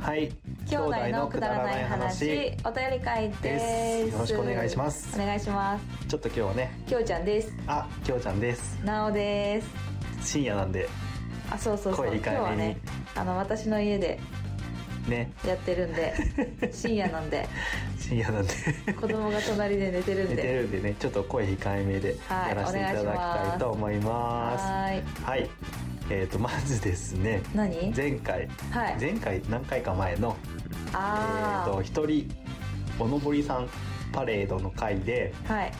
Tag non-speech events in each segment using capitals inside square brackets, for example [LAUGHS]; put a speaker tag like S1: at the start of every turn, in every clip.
S1: はい
S2: 兄弟のくだらない話お便り会です
S1: ですよろしくお願いします
S2: お願いします
S1: ちょっと今日はね
S2: きょうちゃんです
S1: あきょうちゃんです
S2: なおです
S1: 深夜なんで
S2: あそうそうそう
S1: 声控えめに
S2: 今日はねあの私の家で
S1: ね
S2: やってる
S1: [LAUGHS]
S2: んで深夜なんで
S1: 深夜
S2: [LAUGHS]
S1: なんで
S2: 子供が隣で寝てるん
S1: 寝て
S2: で
S1: るんでねちょっと声控えめで
S2: はい
S1: やらせていただきたいと思います
S2: はーい
S1: はいえー、とまずですね
S2: 何
S1: 前回、
S2: はい
S1: 前回何回か前のえ
S2: あ
S1: ー、
S2: ー、
S1: と一人おのぼりさんパレードの回で、
S2: はい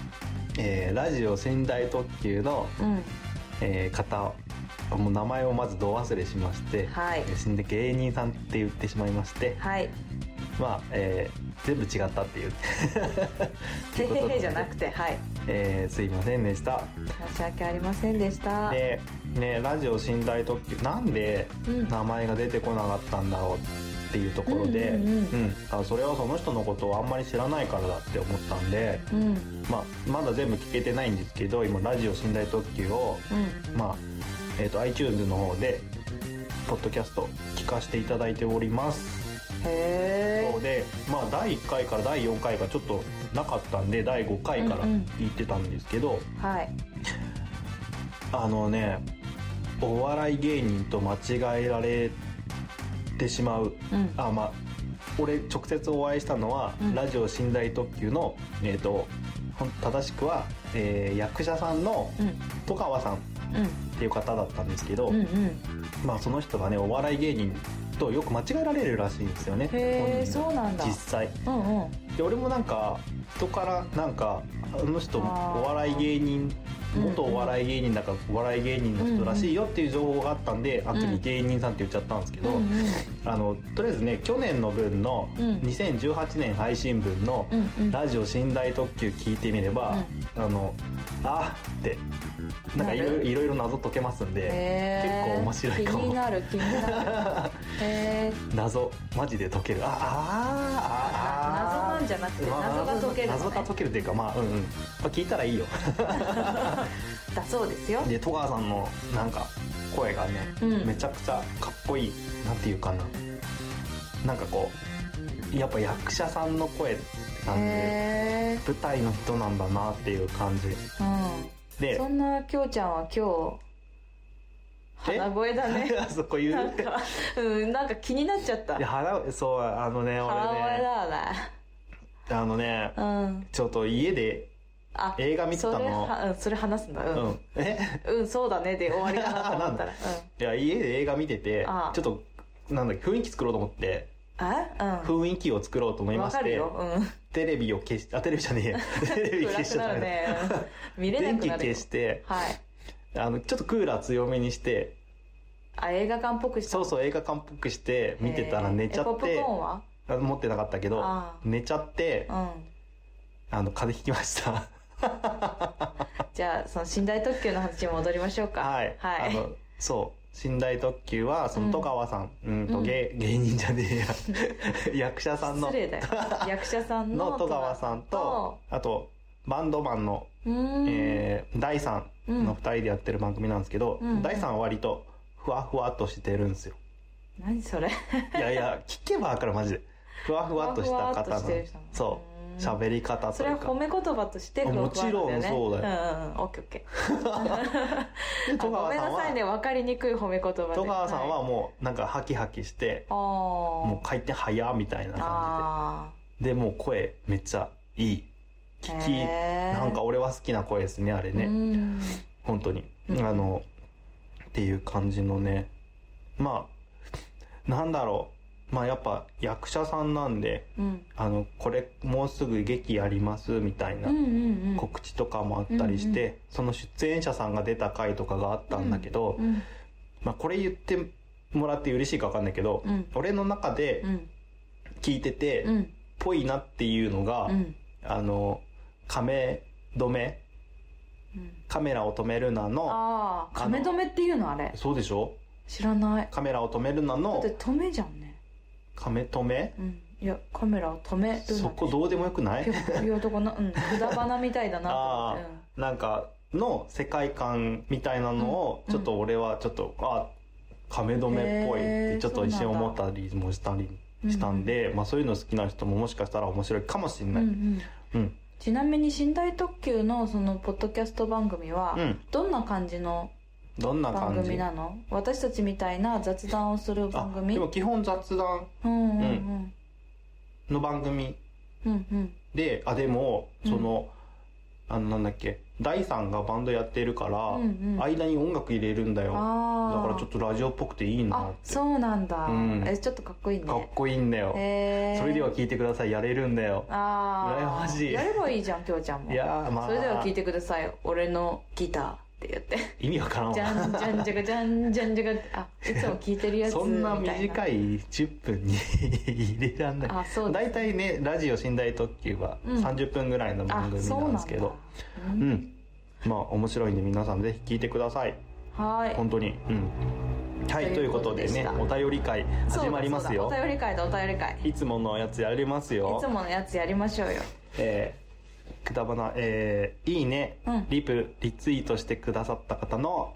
S1: えーラジオ仙台特急の、
S2: うん
S1: えー方もう名前をまずど忘れしまして、
S2: はい
S1: 死んで芸人さんって言ってしまいまして、
S2: はい
S1: まあ、えー全部違ったっていうと
S2: て
S1: いうこと
S2: [LAUGHS] へ
S1: で
S2: へじゃなくてはい
S1: [LAUGHS] えーすいませんでした
S2: 申し訳ありませんでした
S1: で、ね、ラジオ寝台特急なんで
S2: うん
S1: 名前が出てこなかったんだろうっていうところで、
S2: うんうんうん
S1: あそれはその人のことをあんまり知らないからだって思ったんで、
S2: うんうん
S1: まあ、まだ全部聞けてないんですけど今ラジオ寝台特急を、まあえー、と iTunes の方でポッドキャスト聞かせていただいております。
S2: へ
S1: そう
S2: ー
S1: で、まあ、第1回から第4回がちょっとなかったんで第5回から
S2: うんうん
S1: 言ってたんですけど、
S2: はい
S1: あのねお笑い芸人と間違えられてしまう
S2: うん
S1: あまあ俺直接お会いしたのは、
S2: うん
S1: ラジオ寝台特急のえっ、とほん正しくは、えー役者さんの
S2: うん
S1: 戸川さんっ
S2: う
S1: ていう方だったんですけど、
S2: んうんうん
S1: まあ、その人がねお笑い芸人とよく間違えられるらしいんですよね本
S2: へー
S1: 人が
S2: そうなんだ
S1: 実際
S2: うんうん
S1: で俺もなんか人からなんかあの人お
S2: あー
S1: 笑い芸人
S2: うん
S1: 元お笑い芸人だからお笑い芸人の人らしいよっていう情報があったんで、あん、後に芸人さんって言っちゃったんですけど、
S2: うんうん
S1: あのとりあえずね去年の分の
S2: うん
S1: 2018年配信分の
S2: うんうん
S1: ラジオ寝台特急聞いてみれば、あのあーってなんかいろいろいろいろ謎解けますんで
S2: へー
S1: 結構面白いかも
S2: 気になる気になるへ
S1: [LAUGHS]
S2: ー
S1: 謎マジで解けるあああーあーあー
S2: 謎なんじゃなくて謎が解けるのね
S1: 謎が解けるっていうかまあうんうん、まあ、聞いたらいいよ
S2: だそうですよ
S1: で戸川さんのなんか声がね、
S2: うん
S1: めちゃくちゃかっこいいなんていうかななんかこうやっぱ役者さんの声って感じで
S2: へー
S1: 舞台の人なんだなっていう感じ
S2: うん
S1: で
S2: そんなきょうちゃんは今日
S1: え
S2: 鼻声だね
S1: [LAUGHS] あそこ言
S2: [LAUGHS] な
S1: うん
S2: かうんなんか気になっちゃった
S1: いや腹そうあのね
S2: 鼻声
S1: 俺ね
S2: だわ
S1: あのね
S2: なうん
S1: ちょっと家で
S2: あ
S1: 映画見てたの
S2: それはうんそれ話すんだ
S1: う
S2: うん
S1: んえ [LAUGHS]
S2: うんそうだねで終わりかなと思ったら
S1: なんいや家で映画見てて
S2: ああ
S1: ちょっとなんだっけ雰囲気作ろうと思って
S2: うんえ
S1: 雰囲気を作ろうと思
S2: う
S1: い
S2: んわ
S1: ま
S2: か
S1: し
S2: る
S1: て
S2: よ
S1: [LAUGHS]
S2: う
S1: テレビを消しあテレビじゃ
S2: [LAUGHS]
S1: ねえテレビ
S2: ん
S1: 消
S2: 暗
S1: し
S2: く
S1: ちゃ
S2: な
S1: ダ
S2: る
S1: メ
S2: ねうん見れ
S1: だ電
S2: なく
S1: 気
S2: なるよ
S1: 消して
S2: はい
S1: あのちょっとクーラー強めにして
S2: あ映画館っぽくした
S1: そうそう映画館っぽくして見てたら寝ちゃ
S2: えーえポ
S1: っ
S2: ップ
S1: て
S2: コーンは
S1: あ持ってなかったけど
S2: ああ
S1: 寝ちゃって
S2: うん
S1: あの風邪ひきました
S2: じゃあその寝台特急の話に戻りましょうか
S1: はい
S2: は
S1: あ
S2: い
S1: のそう寝台特急はその戸川さんうん
S2: う
S1: と
S2: ん
S1: 芸芸人じゃね
S2: [LAUGHS]
S1: えや役者さんの
S2: 失礼
S1: [LAUGHS]
S2: だよ役者さんの
S1: の戸川さんとあとバンドマンの、
S2: うーん
S1: えー、第3の2人でやってる番組なんですけど、
S2: うんうん
S1: 第3は割とふわふわっとしてるんですよ
S2: 何それ
S1: いやいや聞けば分かるマジでふわふわっとした
S2: ふわふわっ
S1: 方
S2: とし
S1: の
S2: てる人なの
S1: そう
S2: うん
S1: 喋り方
S2: そ
S1: と
S2: れ
S1: いう
S2: は
S1: か
S2: 褒め言葉として
S1: あもちろん
S2: ふわふわ
S1: そうだ
S2: よねうんうんうんオッケーオッケ
S1: で
S2: ーあ
S1: 戸
S2: ご
S1: 川
S2: めん
S1: さ
S2: なんさいね
S1: は
S2: 分かりにくい褒め言葉で
S1: 戸川さんはいもうなんかハキハキして
S2: あー
S1: もう回転早みたいな感
S2: あ
S1: じででもう声めっちゃいい聞き
S2: へー
S1: なんか俺は好きな声ですねあれ
S2: ー
S1: ね
S2: うん
S1: 本当に、
S2: うん
S1: あのっていう感じのねまあなんだろうまあやっぱ役者さんなんで
S2: うん
S1: あのこれもうすぐ劇やりますみたいな
S2: うんうんうん
S1: 告知とかもあったりして、
S2: うん
S1: その出演者さんが出た回とかがあったんだけど、
S2: うん
S1: まあ、これ言ってもらって嬉しいか分かんないけど、
S2: うん
S1: 俺の中で
S2: うん
S1: 聞いてて、
S2: うん
S1: ぽいなっていうのが、
S2: うん
S1: あの亀止め
S2: うん
S1: カメラを止めるなの
S2: ああ
S1: あの
S2: 亀止めっていうのあれ
S1: そうでしょ
S2: 知らない
S1: カメラを止めるな
S2: だっ
S1: の
S2: て止めじゃんね
S1: 亀止め
S2: うんいやカメラを止めるなんて
S1: そこどうでもよくない
S2: 結構言うとこなうん無駄花みたいだなと
S1: あ
S2: 思って
S1: あなんかの世界観みたいなのを
S2: うん
S1: ちょっと俺はちょっと、あ亀止めっぽいってちょっと一瞬思ったりもしたりしたんで、まあ、そういうの好きな人ももしかしたら面白いかもしれ
S2: うん
S1: な
S2: う
S1: い。
S2: ん
S1: うん、
S2: ちなみに寝台特急のそのポッドキャスト番組は、
S1: うん
S2: どんな感じの
S1: どんな
S2: 番
S1: 感
S2: 組
S1: じ
S2: なの私たちみたいな雑談をする番
S1: あ
S2: 組
S1: で
S2: う
S1: も
S2: ん
S1: 基本雑談
S2: うんうん
S1: の番組
S2: うんうん
S1: であでも
S2: うん
S1: その、あのなんだっけ第3がバンドやってるから、
S2: うんうん
S1: 間に音楽入れるんだよだ
S2: あ
S1: か
S2: あ
S1: らちょっとラジオっぽくていいな
S2: あ
S1: って
S2: そうなんだ、
S1: うん
S2: えちょっとかっこいいね
S1: かっこいいんだよ、
S2: へえ
S1: それでは聞いてくださいやれるんだよ
S2: あ
S1: 羨
S2: あ
S1: ましい
S2: やればいいじゃんきょうちゃんも
S1: いやーまあ
S2: それでは聞いてください俺のギターって言って
S1: 意味わからん
S2: じゃ
S1: わ
S2: んじゃんじゃがじゃんじゃんじゃがあいつも聞いてるやつ
S1: そ
S2: みたい
S1: ん
S2: な
S1: な短い10分に入れらんない
S2: あそう
S1: 大体ねラジオ寝台特急は
S2: うん
S1: 30分ぐらいの番組なんですけど、
S2: あそうなん
S1: う
S2: だ
S1: んまあ面白いんで皆さんぜひ聞いてください
S2: うんはい
S1: 本当にうんはいと
S2: と
S1: い
S2: いうう
S1: こ
S2: ことと
S1: で
S2: でし
S1: ね
S2: た
S1: お便り会始まります
S2: そう
S1: よ
S2: だそうだお便り会だお便り会い
S1: いつものやつやれますよ
S2: つものやつやりましょうよ
S1: えーくだばな、えーいいね、
S2: うん
S1: リプ、リツイートしてくださった方の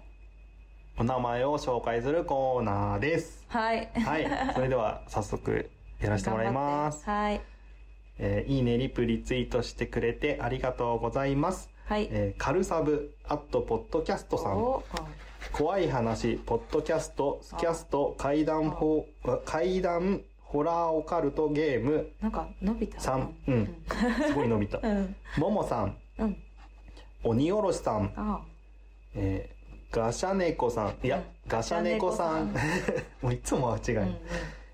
S1: お名前を紹介するコーナーです。
S2: はい
S1: はい。それでは早速やらせてもらいます。
S2: 頑張って
S1: えーいいね、リプ、リツイートしてくれてありがとうございます。
S2: はいはい、
S1: えーカルサブ、アット、ポッドキャストさん。
S2: お
S1: 怖い話、ポッドキャスト、スキャスト、怪談ホ、怪談、ホラーオカルトゲーム、
S2: なんか伸びた
S1: さんうんすごい伸び
S2: [LAUGHS]
S1: た
S2: う。ん
S1: ももさん、
S2: うん
S1: 鬼おろしさん、
S2: あ
S1: えーガシャネコさんいや、
S2: うん
S1: ガシャネコさん
S2: ガ
S1: [LAUGHS] もういつも間違い、
S2: あ
S1: ない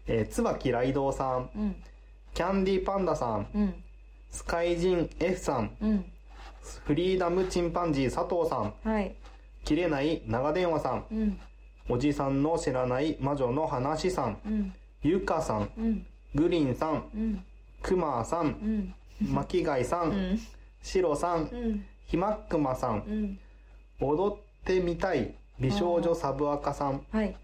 S1: えー、椿ライドウさん
S2: うん
S1: キャンディーパンダさん
S2: うんうん
S1: スカイジン F さん
S2: うん
S1: フリーダムチンパンジー佐藤さん
S2: はい
S1: 切れない長電話さん
S2: うん
S1: おじさんの知らない魔女の話さん
S2: うん
S1: ゆかさん
S2: うん
S1: グリーンさん
S2: うん
S1: クマさん
S2: うん
S1: 巻貝さん、
S2: うん
S1: シロさん
S2: うん
S1: ひまっくまさん
S2: うん
S1: 踊ってみたい美少女サブアカさん
S2: はい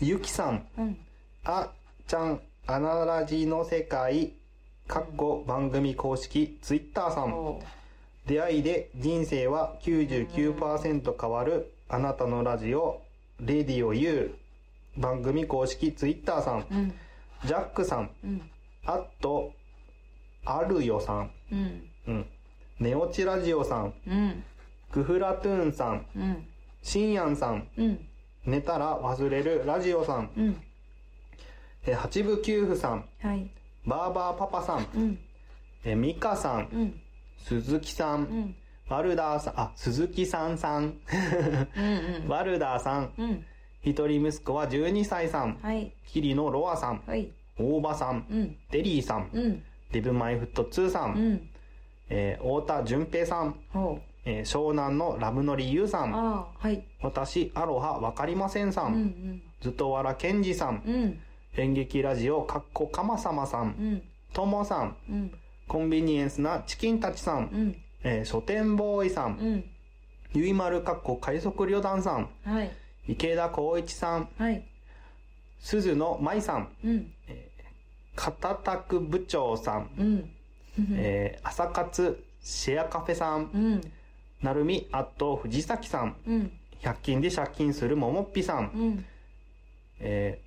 S1: ゆきさん
S2: うん
S1: あちゃん、アナラジの世界、かっこ番組公式、ツイッターさん。
S2: おう
S1: 出会いで人生は99%変わる、あなたのラジオ、レディオ U、番組公式、ツイッターさん。
S2: うん
S1: ジャックさん、
S2: うん
S1: あっと、あるよさん。
S2: うん
S1: うん。寝落ちラジオさん、
S2: うん
S1: グフラトゥーンさん、
S2: うん
S1: しんやんさん、
S2: うん
S1: 寝たら忘れるラジオさん、
S2: うん
S1: え八部九夫さん、
S2: はい
S1: バーバーパパさん、
S2: うん
S1: えミカさん、
S2: うん
S1: 鈴木さ、
S2: うんん
S1: ワルダーさん、あ、鈴木さんさん、 [LAUGHS]
S2: うん
S1: ワルダーさん、
S2: うんうん
S1: 一人息子は12歳さん、
S2: はい
S1: キリのロアさん、
S2: はい
S1: 大場さん、
S2: うん
S1: デリーさん、
S2: うん
S1: デブマイフット2さ、
S2: うんん
S1: えー太田淳平さん、
S2: おう
S1: えー湘南のラブノリユウさん、
S2: ああはい
S1: 私、アロハわかりませんさ
S2: うん
S1: ん、
S2: うん
S1: ずっとわらけんじさん、
S2: うん
S1: 演劇ラジオかっこかまさまさん、
S2: うん
S1: ともさん、
S2: うん
S1: コンビニエンスなチキンたちさん、
S2: うん
S1: えー書店ボーイさん、
S2: うん
S1: ゆいまるかっこ快速旅団さん、
S2: はい
S1: 池田光一さん、
S2: はい
S1: 鈴野舞さん、
S2: うん
S1: 片田区部長さん、
S2: うん
S1: えー朝活シェアカフェさん、
S2: うん
S1: なるみ、あと藤崎さん、
S2: うん
S1: 100均で借金するももっぴさん、
S2: うん
S1: え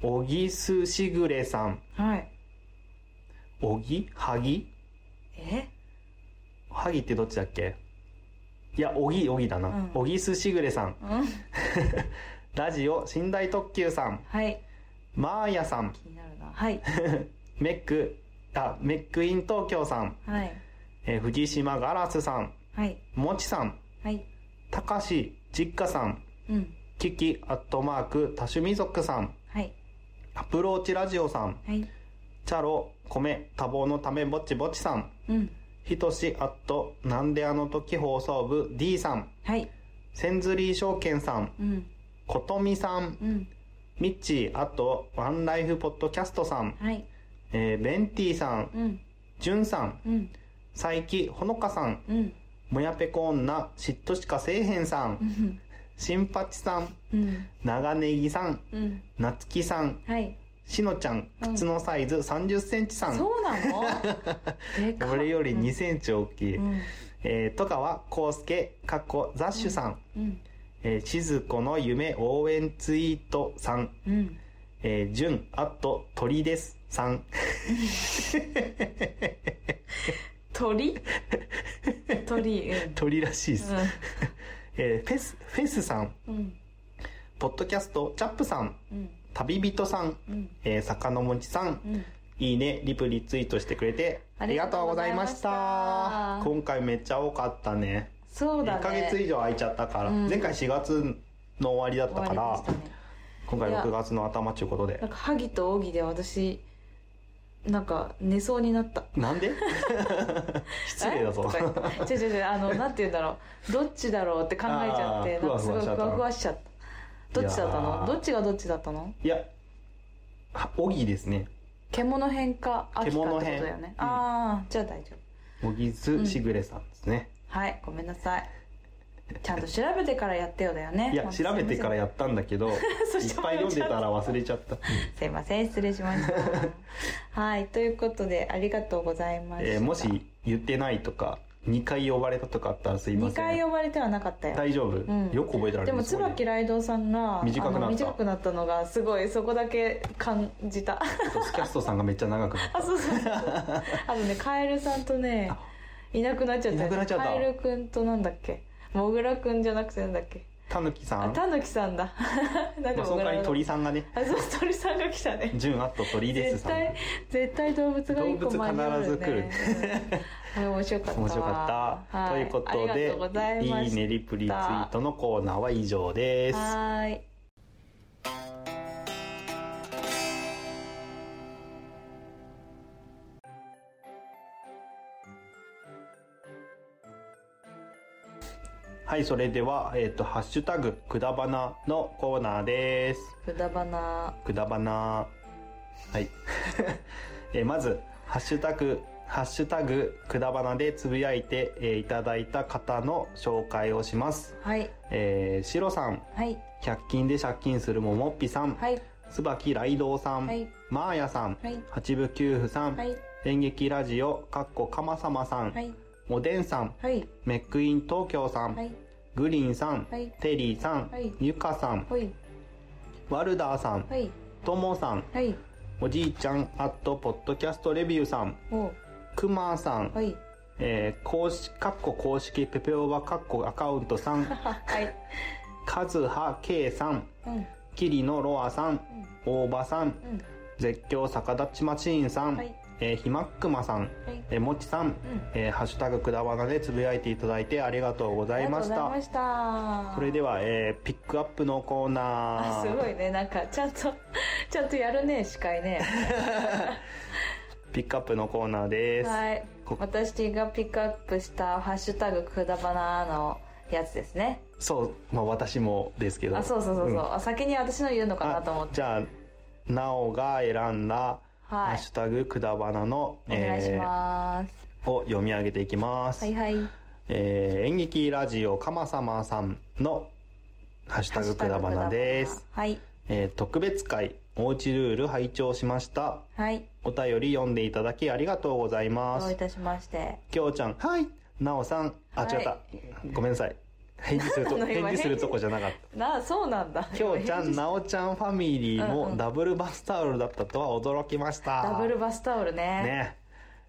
S1: ー、おぎすしぐれさん、
S2: はい
S1: おぎはぎ
S2: え
S1: はぎってどっちだっけいや、おぎ、おぎだ
S2: う。
S1: なんおぎすしぐれさん、 [LAUGHS]
S2: うん
S1: ラジオ寝台特急さん、
S2: はい
S1: マーヤさん、 [LAUGHS]
S2: 気になるなはい
S1: メック、あ、メックイン東京さん、
S2: はい
S1: えー藤島ガラスさん、
S2: はい
S1: もちさん、
S2: はい
S1: たかし、実家さん、
S2: うん
S1: キキ、アットマーク、多趣味族さん、
S2: はい
S1: アプローチラジオさん、
S2: はい
S1: チャロ、米、多忙のためぼちぼちさん、
S2: うん
S1: ひとし、アット、なんであの時放送部、D さん、
S2: はい
S1: センズリー証券さん、
S2: うん
S1: ことみさん、
S2: うん
S1: ミッチー、あと、ワンライフポッドキャストさん、
S2: はい
S1: えーベンティさん、
S2: うん
S1: ジュンさん、
S2: うん
S1: 佐伯、ほのかさん、
S2: うん
S1: もやぺこ女、嫉妬しかせえへんさ、
S2: うんん
S1: しんぱちさん、
S2: うん
S1: 長ネギさん、
S2: うん
S1: なつきさん、
S2: はい
S1: しのちゃん、
S2: うん
S1: 靴のサイズ30センチさん。
S2: そうなのでかっ
S1: 俺より2センチ大きい。
S2: うん
S1: えー、とかは、こうすけ、かっこ、ザッシュさん。
S2: うん
S1: えー、しずこの夢応援ツイートさん。
S2: うん
S1: えー、じゅん、あっと、鳥です。さん。 [LAUGHS]
S2: 鳥鳥うん
S1: 鳥らしいです。えー、フェス、フェスさん。
S2: うん
S1: ポッドキャスト、チャップさん。
S2: うん
S1: 旅人さん。
S2: うん
S1: えー、坂のもちさん。
S2: うん
S1: いいね、リプリツイートしてくれて、あ
S2: あ
S1: り
S2: り
S1: が
S2: が
S1: と
S2: と
S1: う
S2: う
S1: ご
S2: ご
S1: ざ
S2: ざ
S1: い
S2: い
S1: ま
S2: ま
S1: し
S2: した
S1: た。今回めっちゃ多かったね。
S2: そう
S1: 1
S2: だね
S1: ヶ月以上空いちゃったから、
S2: うん
S1: 前回4月の終わりだったか
S2: 終わり
S1: ら
S2: ま、したね
S1: 今回
S2: いや
S1: 6月の頭ということで
S2: なん。か萩と扇で私なんか寝そうになった
S1: なん
S2: [LAUGHS]
S1: で失礼だ
S2: えと
S1: ぞ。
S2: か言って違う違う違うあのなんて言うんだろうどっちだろうって考えちゃって
S1: あー
S2: なんかすごい
S1: ふわふわしちゃった
S2: ふわふわしちゃったどっちだっ
S1: い
S2: た
S1: やー
S2: のどっちがどっちだったの
S1: いや、はオギですね。
S2: 獣編か秋かってことだよ
S1: 獣編
S2: ねああじゃあ大丈夫
S1: オギ
S2: う
S1: ズ
S2: ん
S1: しぐれさんですね。
S2: はいごめんなさいちゃんと調べてからやってよだよね
S1: いや、調べてからやったんだけど、いっ
S2: [LAUGHS] そして
S1: ぱい読んでたら忘れちゃった。
S2: すいません失礼しましたはいということでありがとうございました、
S1: えーもし言ってないとか、2回呼ばれたとかあったらすいま
S2: 2
S1: せん。
S2: 回呼ばれてはなかったよ
S1: 大丈夫、
S2: ん
S1: よく覚えてられ
S2: で
S1: る
S2: も
S1: すごいね
S2: 椿雷道さんが
S1: 短くなった
S2: あの短くなったのがすごいそこだけ感じた
S1: スキャストさんがめっちゃ長くなっ
S2: [LAUGHS] あそうそうそうあとねカエルさんとね
S1: あ
S2: いなくなっちゃったよ
S1: いなくなっちゃった
S2: カエルくんとなんだっけモグラくんじゃなくてなんだっけ
S1: た。たぬきさ
S2: あ
S1: ん。
S2: タヌキさんだ [LAUGHS]
S1: ま
S2: なんで
S1: あ、
S2: モ
S1: そ
S2: グ
S1: の代
S2: ラ
S1: わり
S2: の
S1: 鳥さんがね、
S2: あそう鳥さんが来たね
S1: 純あっと鳥です
S2: 絶
S1: さん。
S2: 対絶対動物が一個
S1: 動物
S2: 間に合う
S1: 必ず
S2: よ
S1: 来る
S2: ねうん面白かったわ
S1: 面白かった。
S2: は
S1: ということ
S2: あり
S1: で、
S2: がとうございま
S1: い
S2: し
S1: い
S2: た
S1: ねリプリツイートのコーナーは以上です。
S2: はーい
S1: はい、それでは、えっ、と、ハッシュタグ、くだばなのコーナーです。
S2: くだばな
S1: くだばな。はい。 [LAUGHS] えーまず、ハッシュタグ、ハッシュタグ、くだばなでつぶやいて、えーいただいた方の紹介をします。
S2: はい
S1: えー、シロさん、
S2: はい
S1: 100均で借金するももっぴさん、
S2: はい
S1: 椿雷道さん、
S2: はい
S1: マーヤさん、
S2: はい
S1: 八部九夫さん、
S2: はい
S1: 演劇ラジオ、かっこかまさまさん、
S2: はい
S1: おでんさん、
S2: はい
S1: メックイン東京さん、
S2: はい
S1: グリーンさん、
S2: はい
S1: テリーさん、
S2: はい
S1: ゆかさん、
S2: はい
S1: ワルダーさん、
S2: はい
S1: ともさん、
S2: はい
S1: おじいちゃん、アット、ポッドキャストレビューさん、
S2: おう
S1: くまーさん、
S2: はい
S1: えー、公式、かっこ公式、ペペオバ、かっこアカウントさ
S2: [LAUGHS]
S1: ん、
S2: あはい
S1: かずはけいさん、
S2: うんうん
S1: きりのろあさん、大場さん、絶叫逆立ちマシーンさん、
S2: はい
S1: えーひまっくまさん、
S2: はい
S1: えーもちさん、えーハッシュタグくだばなでつぶやいていただいてありがとうございました。
S2: ありがとうございました
S1: それでは、えーピックアップのコーナ
S2: あ [LAUGHS] すご
S1: ー。
S2: いねなんかちゃんとちゃんとやるね司会ね
S1: ピックアップのコーナーです。
S2: はい
S1: こ
S2: 私がピックアップした「ハッシュタグくだばな」のやつですね
S1: そう、まあ私もですけど。
S2: あそうそうそうそう、
S1: ん
S2: あ先に私の言うのかなと思っ
S1: あ
S2: て
S1: じゃあ、なおが選んだ、
S2: はい
S1: ハッシュタグくだばなの、
S2: お願いします、
S1: ーを読み上げていきます。
S2: はいはい
S1: えー演劇ラジオかまさまさんの、ハッシュタグくだばなです。
S2: はい
S1: えー特別会、おうちルール拝聴しました。
S2: はい
S1: お便り読んでいただきありがとうございま
S2: どうい
S1: す。
S2: たしまして
S1: きょうちゃん、はい。なおさん、あ、
S2: はい
S1: 違った。ごめんなさい。返事する
S2: [LAUGHS] 何
S1: と、
S2: の
S1: 返
S2: 今
S1: 事するとこじゃなかっ
S2: [LAUGHS] なそうなんだ
S1: た。きょうちゃん、なおちゃんファミリー
S2: うんう
S1: も
S2: ん
S1: ダブルバスタオルだったとは驚きました。
S2: ダブルバスタオルね
S1: ね。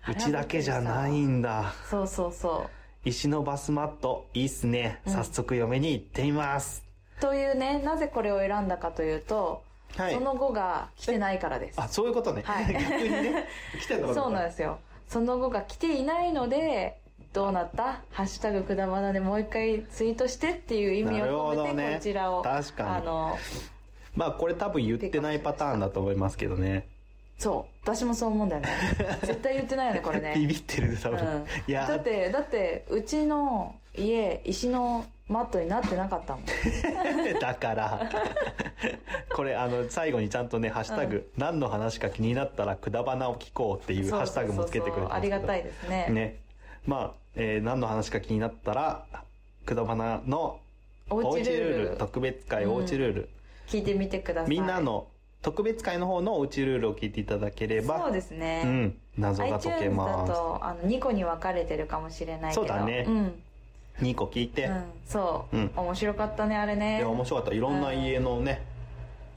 S2: あ
S1: う
S2: れは
S1: ちだけじゃないんだ。
S2: そうそうそ
S1: 石のバスマット、いいっすね。早速嫁に行ってみます。
S2: うというねなぜこれを選んだかというと、
S1: はい
S2: そ。の後が来てないからです
S1: あ、そういうことね。
S2: はい
S1: [LAUGHS] 逆にね。来てたの
S2: そうなん
S1: で
S2: ですよその後が来ていないのでどうなった「ハッシュタグくだばな」でもう一回ツイートしてっていう意味
S1: なる
S2: を
S1: ほど
S2: 込め
S1: ね
S2: てこちらを、
S1: 確かに
S2: あの
S1: まあこれ多分言ってないパターンだと思いますけどね。
S2: そう私もそう思う
S1: [LAUGHS]
S2: んだよね絶対言ってないよねこれ
S1: ビ
S2: ね、
S1: ビってる多
S2: う
S1: 分。
S2: ん、
S1: いや
S2: だってだってうちの家石のマットになってなかったもん
S1: [LAUGHS] だから、これあの最後にちゃんとね、ハッシュタグ、何の話か気になったらくだばなを聞こうっていうハッシュタグもつけてくれて
S2: そうそうそうそうありがた
S1: い。
S2: いですね
S1: ね。まあ、えー何の話か気になったら、くだばなの
S2: お
S1: おう
S2: うち
S1: ちルール
S2: ルール
S1: 特別会
S2: うん
S1: おうちルール、
S2: 聞いてみてください
S1: みんなの特別会の方のおうちルールを聞いていただければ、
S2: そうですね、
S1: うん、謎が解け
S2: iTunes だ
S1: ま
S2: とあの2個に分かれてるかもしれないけ
S1: そ
S2: ど
S1: うだね
S2: うん
S1: す。2個聞いて、
S2: うん、そう、
S1: うん
S2: 面白かったねあれ
S1: い
S2: ね
S1: や面白かったいろんな家のね、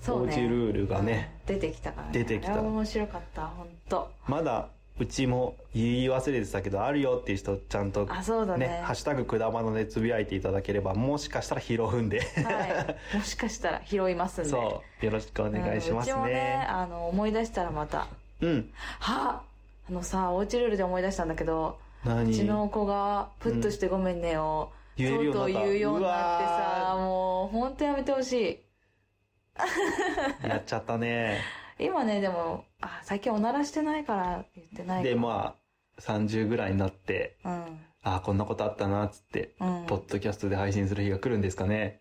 S2: そうね
S1: おうちルールがね
S2: 出てきたからね
S1: 出てきた
S2: あれは面白かった本当
S1: まだうちも言い忘れてたけどあるよっていう人ちゃんと
S2: あそうだね
S1: ね「ハッシュタグくだばな」でつぶやいていただければもしかしたら拾うんで
S2: はい、もしかしたら拾いますんで
S1: そうよろしくお
S2: う
S1: 願いします
S2: んうちもね
S1: ね
S2: あの思い出したらまた
S1: うん
S2: はあのさおうちルールで思い出したんだけどうち
S1: 何
S2: の子が「プッとしてごめんねを」
S1: 言え
S2: と
S1: るよう
S2: うとう
S1: になった
S2: 言うようになってさ
S1: うわ
S2: もうほんとやめてほしい
S1: ーやっちゃったね
S2: 今ねでもあ最近おならしてないから言ってないか
S1: でまあ30ぐらいになって
S2: うん
S1: ああこんなことあったなっつって
S2: うん
S1: ポッドキャストで配信する日が来るんですかね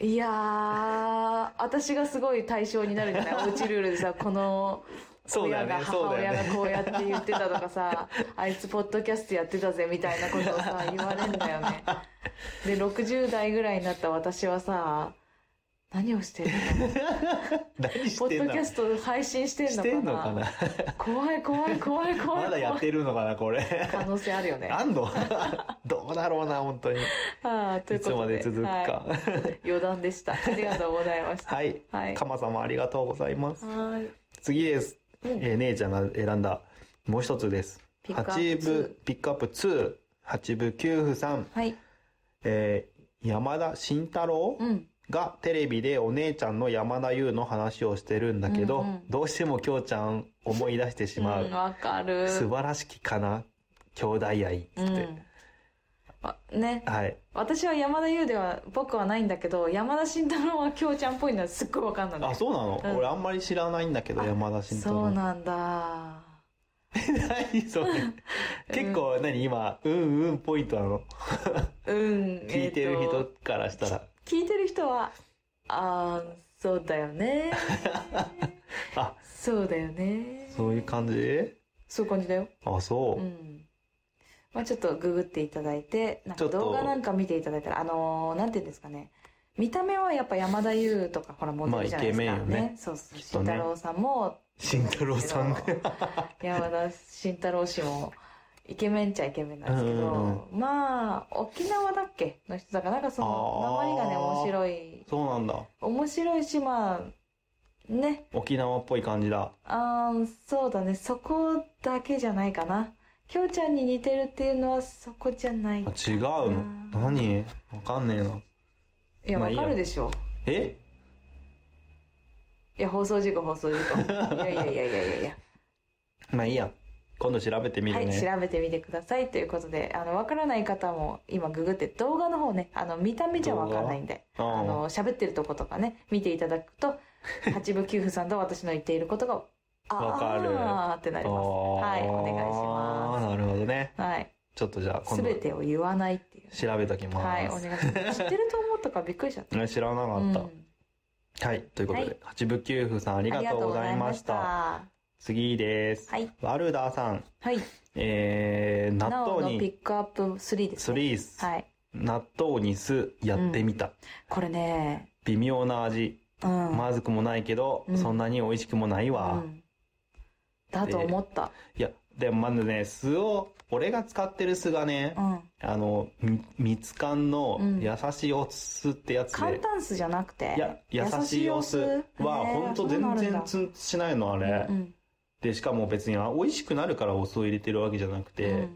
S2: いやー私がすごい対象になるんじゃないおうちルールでさこの
S1: [LAUGHS] そうだ
S2: 親
S1: よね
S2: が母
S1: そうだよ
S2: 親
S1: ね
S2: がこうやって言ってたと
S1: [LAUGHS]
S2: かさ、あいつポッドキャストやってたぜみたいなことをさ言われるんだよねで60代ぐらいになった私はさ何
S1: [LAUGHS]
S2: をしてるの
S1: 何
S2: ポ
S1: し
S2: ッ
S1: てん
S2: ド
S1: の
S2: キャスト配信してん
S1: し
S2: の
S1: て
S2: か
S1: んの
S2: な
S1: かな
S2: 怖い怖い怖い [LAUGHS] 怖い
S1: まだやってるのかなこれ
S2: 可能性あるよね
S1: あんの [LAUGHS] どうだろうな本当に
S2: あーとい
S1: いう
S2: こ
S1: つ
S2: と
S1: ま
S2: で
S1: で続くか
S2: はい余談でしたありがとうございました
S1: [LAUGHS] はい、
S2: はい
S1: かまさまありがとうございます
S2: はい
S1: 次です、
S2: うん
S1: えー姉ちゃんが選んだもう一つです
S2: ピックア
S1: 八
S2: ップ
S1: 部ピックアップ2八部九夫さん、
S2: はい
S1: えー山田慎太郎
S2: うん
S1: がテレビでお姉ちゃんの山田優の話をしてるんだけど、
S2: うんうん
S1: どうしてもきょうちゃん思い出してしまう
S2: うん、わかる
S1: 素晴らしきかな兄弟愛っつって、
S2: うんあね
S1: はい
S2: 私は山田優では僕はないんだけど山田慎太郎は京ちゃんっぽいのはすっごいわかんないんだよ
S1: あそうなの、
S2: うん
S1: 俺あんまり知らないんだけど
S2: あ
S1: 山田慎太
S2: そう
S1: 郎
S2: なんだ
S1: [LAUGHS] 何そ
S2: [LAUGHS]
S1: れ結構何今うんうんポイントなの
S2: うん
S1: 聞いてる
S2: えー
S1: 人
S2: と
S1: からしたら、
S2: 聞いてる人はあーそうだよね
S1: [LAUGHS] あ
S2: そうだよね
S1: そういう感じ
S2: そういう感じだよ
S1: あそう、
S2: うんまあちょっとググっていただいてなん
S1: ちょ
S2: か
S1: っと
S2: 動画なんか見ていただいたらあのーなんていうんですかね見た目はやっぱ山田優とかほらモデルじゃないですか、
S1: まあイケメンよね
S2: そうそう
S1: きっ
S2: 慎
S1: とね
S2: 太郎さんも
S1: 慎太郎さん
S2: 山田慎太郎氏もイケメンっちゃイケメンなんですけど、
S1: うん
S2: まあ沖縄だっけの人だからなんかその
S1: あー
S2: 名前がね面白
S1: [LAUGHS]
S2: い
S1: そうなんだ
S2: 面白いしまあね
S1: 沖縄っぽい感じだ
S2: あーそうだねそこだけじゃないかなきょうちゃんに似てるっていうのはそこじゃない
S1: あ違うの何わかんねえない
S2: や
S1: まあ
S2: わ
S1: いいよ
S2: かるでしょ
S1: え
S2: いや放送事故放送事
S1: [LAUGHS]
S2: 故いやいやいやいやいやいや
S1: まあいいや今度調べてみ
S2: は
S1: る
S2: い、
S1: ね、
S2: 調べてみてくださいということで、あの、わからない方も今ググって動画の方ね、あの、見た目じゃわからないんで、
S1: 動画
S2: あの、喋ってるとことかね、見ていただくと、八部九夫さんと私の言っていることが、あ
S1: わかる
S2: あーってなります。はい、お願いします
S1: なるほどね
S2: す。はい、
S1: ちょっとじゃあ今
S2: す
S1: 度
S2: べてを言わないっていう。
S1: 調べときます、
S2: はい、お願いします。知ってると思ったからびっくりしち
S1: [LAUGHS]
S2: ゃった。
S1: ね知らなかった、
S2: うん
S1: はいということで、
S2: はい
S1: 八部九夫さんありがとうございました
S2: ありがとうございま
S1: 次です、
S2: はい
S1: ワルダーさん
S2: した。はい、
S1: えー、
S2: な
S1: 納
S2: おの
S1: 豆
S2: ピ
S1: に
S2: ックアップ3です
S1: ス
S2: ね。
S1: リース、
S2: はい。
S1: 納豆に酢やってみた、
S2: これね、
S1: 微妙な味
S2: うん。
S1: まずくもないけど、
S2: うん
S1: そんなに美味しくもないわ、
S2: うんだと思った。
S1: いやでもまずね酢を俺が使ってる酢がね、
S2: うん。
S1: あのみ蜜缶の
S2: うん
S1: 優しいお酢ってやつで、
S2: 簡単酢じゃなくて
S1: いや優しいお酢はほんと全然
S2: ん
S1: ツンしないのあれ、
S2: うん
S1: でしかも別にあ美味しくなるからお酢を入れてるわけじゃなくて、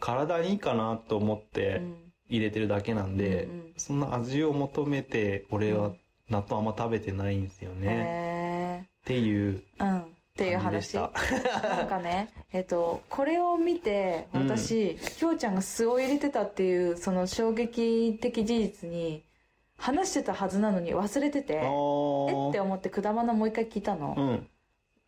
S1: 体にいいかなと思っ
S2: う
S1: て
S2: ん
S1: 入れてるだけなんで、
S2: うんうん
S1: そんな味を求めて俺
S2: う
S1: は
S2: ん
S1: 納豆あんま食べてないんですよね、っ
S2: へ
S1: ていう
S2: ーうんっていう
S1: 感じでし
S2: 話
S1: た
S2: なんかねえっとこれを見て
S1: うん
S2: 私きょうちゃんが酢を入れてたっていうその衝撃的事実に話してたはずなのに忘れてて
S1: あ
S2: え
S1: ー
S2: って思って果物もう一回聞いたの
S1: うん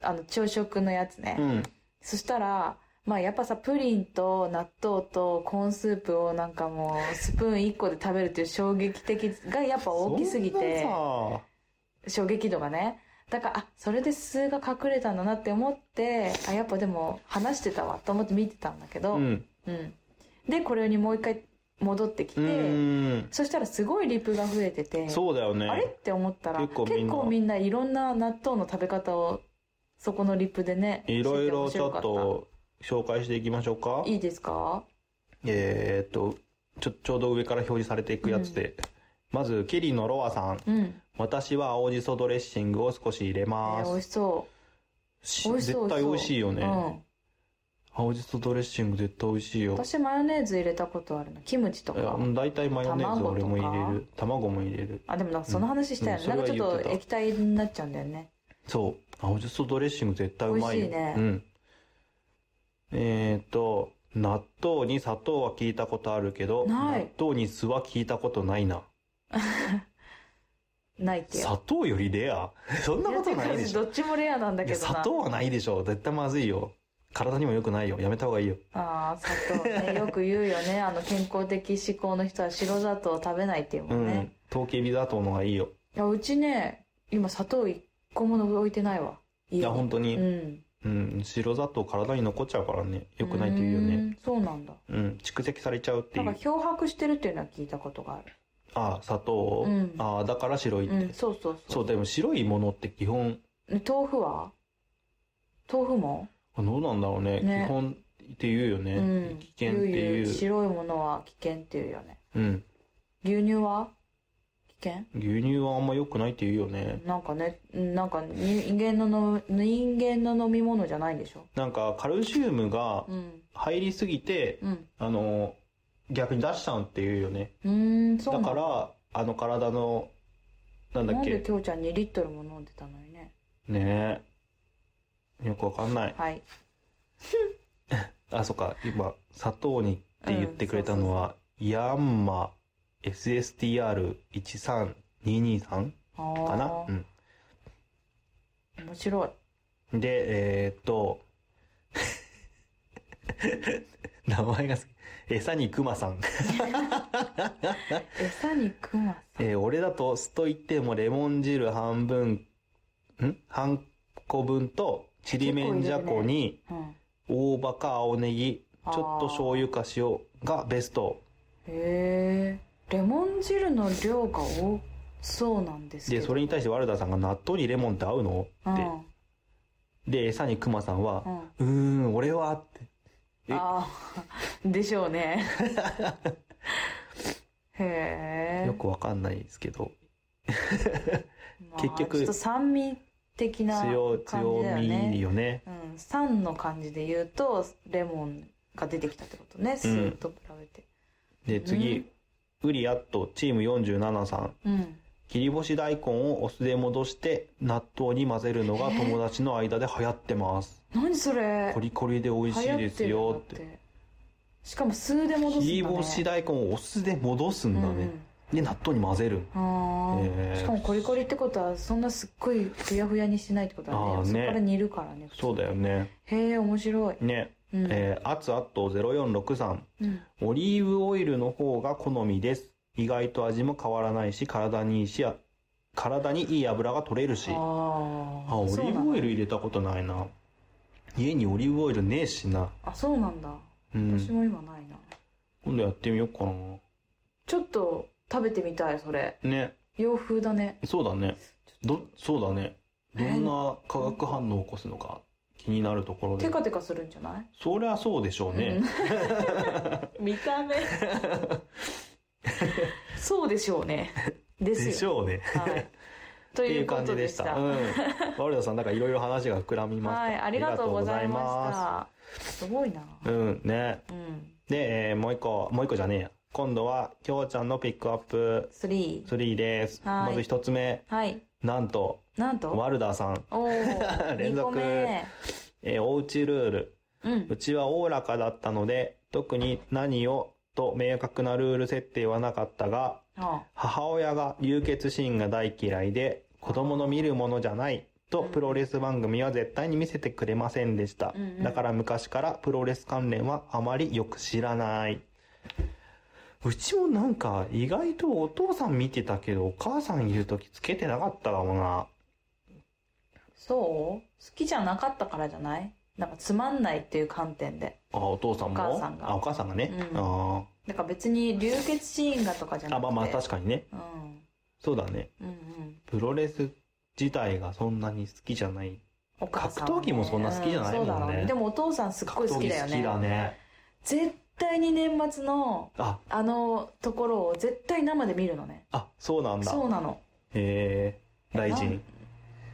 S2: あの朝食のやつね
S1: うん
S2: そしたら、まあやっぱさ、プリンと納豆とコーンスープをなんかもうスプーン1個で食べるっていう衝撃的がやっぱ大きすぎて
S1: そん、なさ
S2: 衝撃度がね。だから、あ、それで数が隠れたんだなって思って、あ、やっぱでも話してたわと思って見てたんだけど、
S1: う
S2: うん。
S1: ん
S2: で、これにもう一回戻ってき
S1: う
S2: て、
S1: ん
S2: そしたらすごいリプが増えてて、
S1: そうだよね
S2: あれって思ったら、
S1: 結
S2: 結
S1: 構
S2: 構
S1: みんな
S2: みんないろんな納豆の食べ方を、そこのリプでね、
S1: いろいろ
S2: 教え
S1: ち
S2: て
S1: ょ
S2: 面白
S1: っ
S2: か
S1: たと紹介していきましょうか
S2: いいですか
S1: えーっとちょちょうど上から表示されていくやつで、まず、ケリーのロアさん。
S2: うん。
S1: 私は青じそドレッシングを少し入れ
S2: え
S1: ま
S2: ー美味
S1: す。
S2: しそ
S1: し
S2: う。美味しそう。
S1: 絶対美味しいよね、
S2: うん。
S1: 青じそドレッシング絶対美味しいよ。
S2: 私マヨネーズ入れたことあるの。キムチと
S1: いや
S2: か。
S1: うん大体マヨネーズ俺も入れる。卵も入れる。
S2: あ、でもなんかその話したよね。
S1: うん
S2: なんかちょ
S1: それは言
S2: っ
S1: って
S2: と
S1: た
S2: 液体になっちゃうんだよね。
S1: そう。青じそドレッシング絶対うまいよ。
S2: 美味しいね
S1: うん。えっ、と、納豆に砂糖は聞いたことあるけど、
S2: ない
S1: 納豆に酢は聞いたことないな。
S2: ないってよ。
S1: 砂糖よりレアそんなことないでし
S2: や
S1: ょ。
S2: どっちもレアなんだ
S1: い
S2: け
S1: や
S2: どな。
S1: 砂糖はないでしょ。絶対まずいよ。体にも良くないよ。やめた方がいいよ。
S2: ああ、砂糖
S1: [LAUGHS]
S2: ね。よく言うよね。あの、健康的志向の人は白砂糖を食べないっていう
S1: う
S2: もん
S1: ん
S2: ね。。
S1: 糖形美砂糖の方がいいよ。
S2: いや、うちね、今砂糖一個も置いてないわ。い
S1: いや、本当
S2: 当
S1: に。
S2: うん。
S1: うん。白砂糖体に残っちゃうからね。良くないって言うよね。
S2: ん。そうなんだ。
S1: うん。蓄積されちゃうって
S2: ないんか
S1: う。
S2: 漂白してるっていうのは聞いたことがある。
S1: ああ、砂糖を。
S2: うん
S1: ああ、だから白いっ
S2: う
S1: て。
S2: ん、そうそうそ。
S1: そうう、でも白いものって基本、
S2: ね豆腐は豆腐も
S1: あどうなんだろうね
S2: ね
S1: 基本って言うよね、
S2: うん。
S1: 危険ってい
S2: 言
S1: う
S2: 言白いものは危険っていうよね。
S1: うん、
S2: 牛乳は危険
S1: 牛乳はあんま良くないって言うよね
S2: なんかね、うんなんか人間のの人間の飲み物じゃないんでしょ
S1: なんかカルシウムが
S2: うん。
S1: 入りすぎて、
S2: うん。
S1: あの逆に出しちゃうって言うよね
S2: うーん、そう
S1: だ
S2: なんだ
S1: からあの体のなんだ
S2: な
S1: っ
S2: んで
S1: け
S2: きょうちゃん2リットルも飲んでたのにね
S1: ねえよくわかんない
S2: はい
S1: あそっか今砂糖にって言ってくれたのは、ヤンマ SSTR13223
S2: あ
S1: かな
S2: あ、
S1: うん
S2: 面白い
S1: で、えーっと、 [LAUGHS] 名前が好き。餌に熊さん。
S2: 餌にクマさん
S1: えー俺だと酢と言ってもレモン汁半分、ん半個分と、ちりめんじゃこに、
S2: うん
S1: 大葉か青ネギ、ちょ
S2: あー
S1: っと醤油か塩がベスト
S2: へえレモン汁の量が多そうなんですけ
S1: で
S2: ど
S1: それに対してワルダさんが納豆にレモンって合うの
S2: うん
S1: って、で餌に熊さんは
S2: う、ん
S1: うーん俺はってえ
S2: ああでしょ
S1: [LAUGHS]
S2: うねへえ
S1: よくわかんないですけど結局
S2: ちょっと酸味的な
S1: 強
S2: 感じだ
S1: 強
S2: よ
S1: み
S2: ね
S1: よね
S2: うん、酸の感じで言うとレモンが出てきたってことね酢と比べて
S1: で次、ウリアットチーム47さん
S2: うん
S1: 切り干し大根をお酢で戻して納豆に混ぜるのが友達の間で流行ってます、
S2: 何それ
S1: コリコリで美味しいですよって
S2: 流行るんだしかも酢で戻すんだ、ね、
S1: 切り干し大根をお酢で戻すんだね、で納豆に混ぜる
S2: うんうんあ
S1: へー
S2: ーしかもコリコリってことはそんなすっごいふやふやにしないってことだ
S1: あー
S2: ね
S1: ね
S2: そこから煮るからね
S1: そうだよね
S2: へえ面白い、
S1: ね
S2: うん
S1: えー、アツアット0463
S2: うん
S1: オリーブオイルの方が好みです意外と味も変わらないし体にいいしあ体にいい油が取れるし
S2: あ
S1: あオリーブオイル入れたことないな家にオリーブオイルねえしな
S2: あそうなんだ
S1: うん
S2: 私も今ないな、
S1: 今度やってみようか
S2: ちょっと食べてみたいそれ
S1: なね
S2: 洋風だね
S1: そうだね
S2: ちょっ
S1: どそうだねどんな化学反応を起こすのか気になるところ
S2: と
S1: で
S2: テカテカするんじゃない
S1: そりゃそうでしょうね、
S2: う
S1: [LAUGHS]
S2: ん見た目そうでしょうねですよ
S1: でしょうね
S2: はい、と
S1: って
S2: い
S1: いうう
S2: こ
S1: 感
S2: と
S1: じ
S2: で
S1: で
S2: し
S1: したたうんワルダさんなんかいろいろ話が膨らみました
S2: はいありがとうござい
S1: あ
S2: ましたすごいな
S1: りがとうございますうんね
S2: うん
S1: で、えーもう一個もう一個じゃねえや今度はきょうちゃんのピックアップ
S2: 3
S1: 3です
S2: はい
S1: まず一つ目
S2: はい
S1: なんと
S2: なんと
S1: ワルダさん、
S2: おお
S1: [LAUGHS] 連続えーおうちルール
S2: うん
S1: うちはおおらかだったので、特に何をと明確なルール設定はなかったが、
S2: あ
S1: 母親が流血シーンが大嫌いで、子供の見るものじゃないと
S2: うん
S1: プロレス番組は絶対に見せてくれませんでした
S2: うんう。ん
S1: だから昔からプロレス関連はあまりよく知らない。うちもなんか意外とお父さん見てたけど、お母さんいる時つけてなかったかもな。
S2: そう好きじゃなかったからじゃないなんかつまんないっていう観点で
S1: あ、お父さんも
S2: お母さんが
S1: あ、お母さんがね。
S2: うん
S1: あ
S2: だから別に流血シーンがとかじ
S1: ー
S2: ゃな
S1: あ、
S2: くて
S1: まあまあ確かにね。
S2: うん
S1: そうだね。
S2: うんうん
S1: プロレス自体がそんなに好きじゃない。
S2: お母さんはね
S1: 格闘技もそんな好きじゃないもんね
S2: うそうだろうでもお父さんすっごい好きだよ
S1: 格闘技好きだね。
S2: 絶対に年末の
S1: あ、
S2: あのところを絶対生で見るのね
S1: あ、そうなんだ。
S2: そうなの
S1: えー、雷神。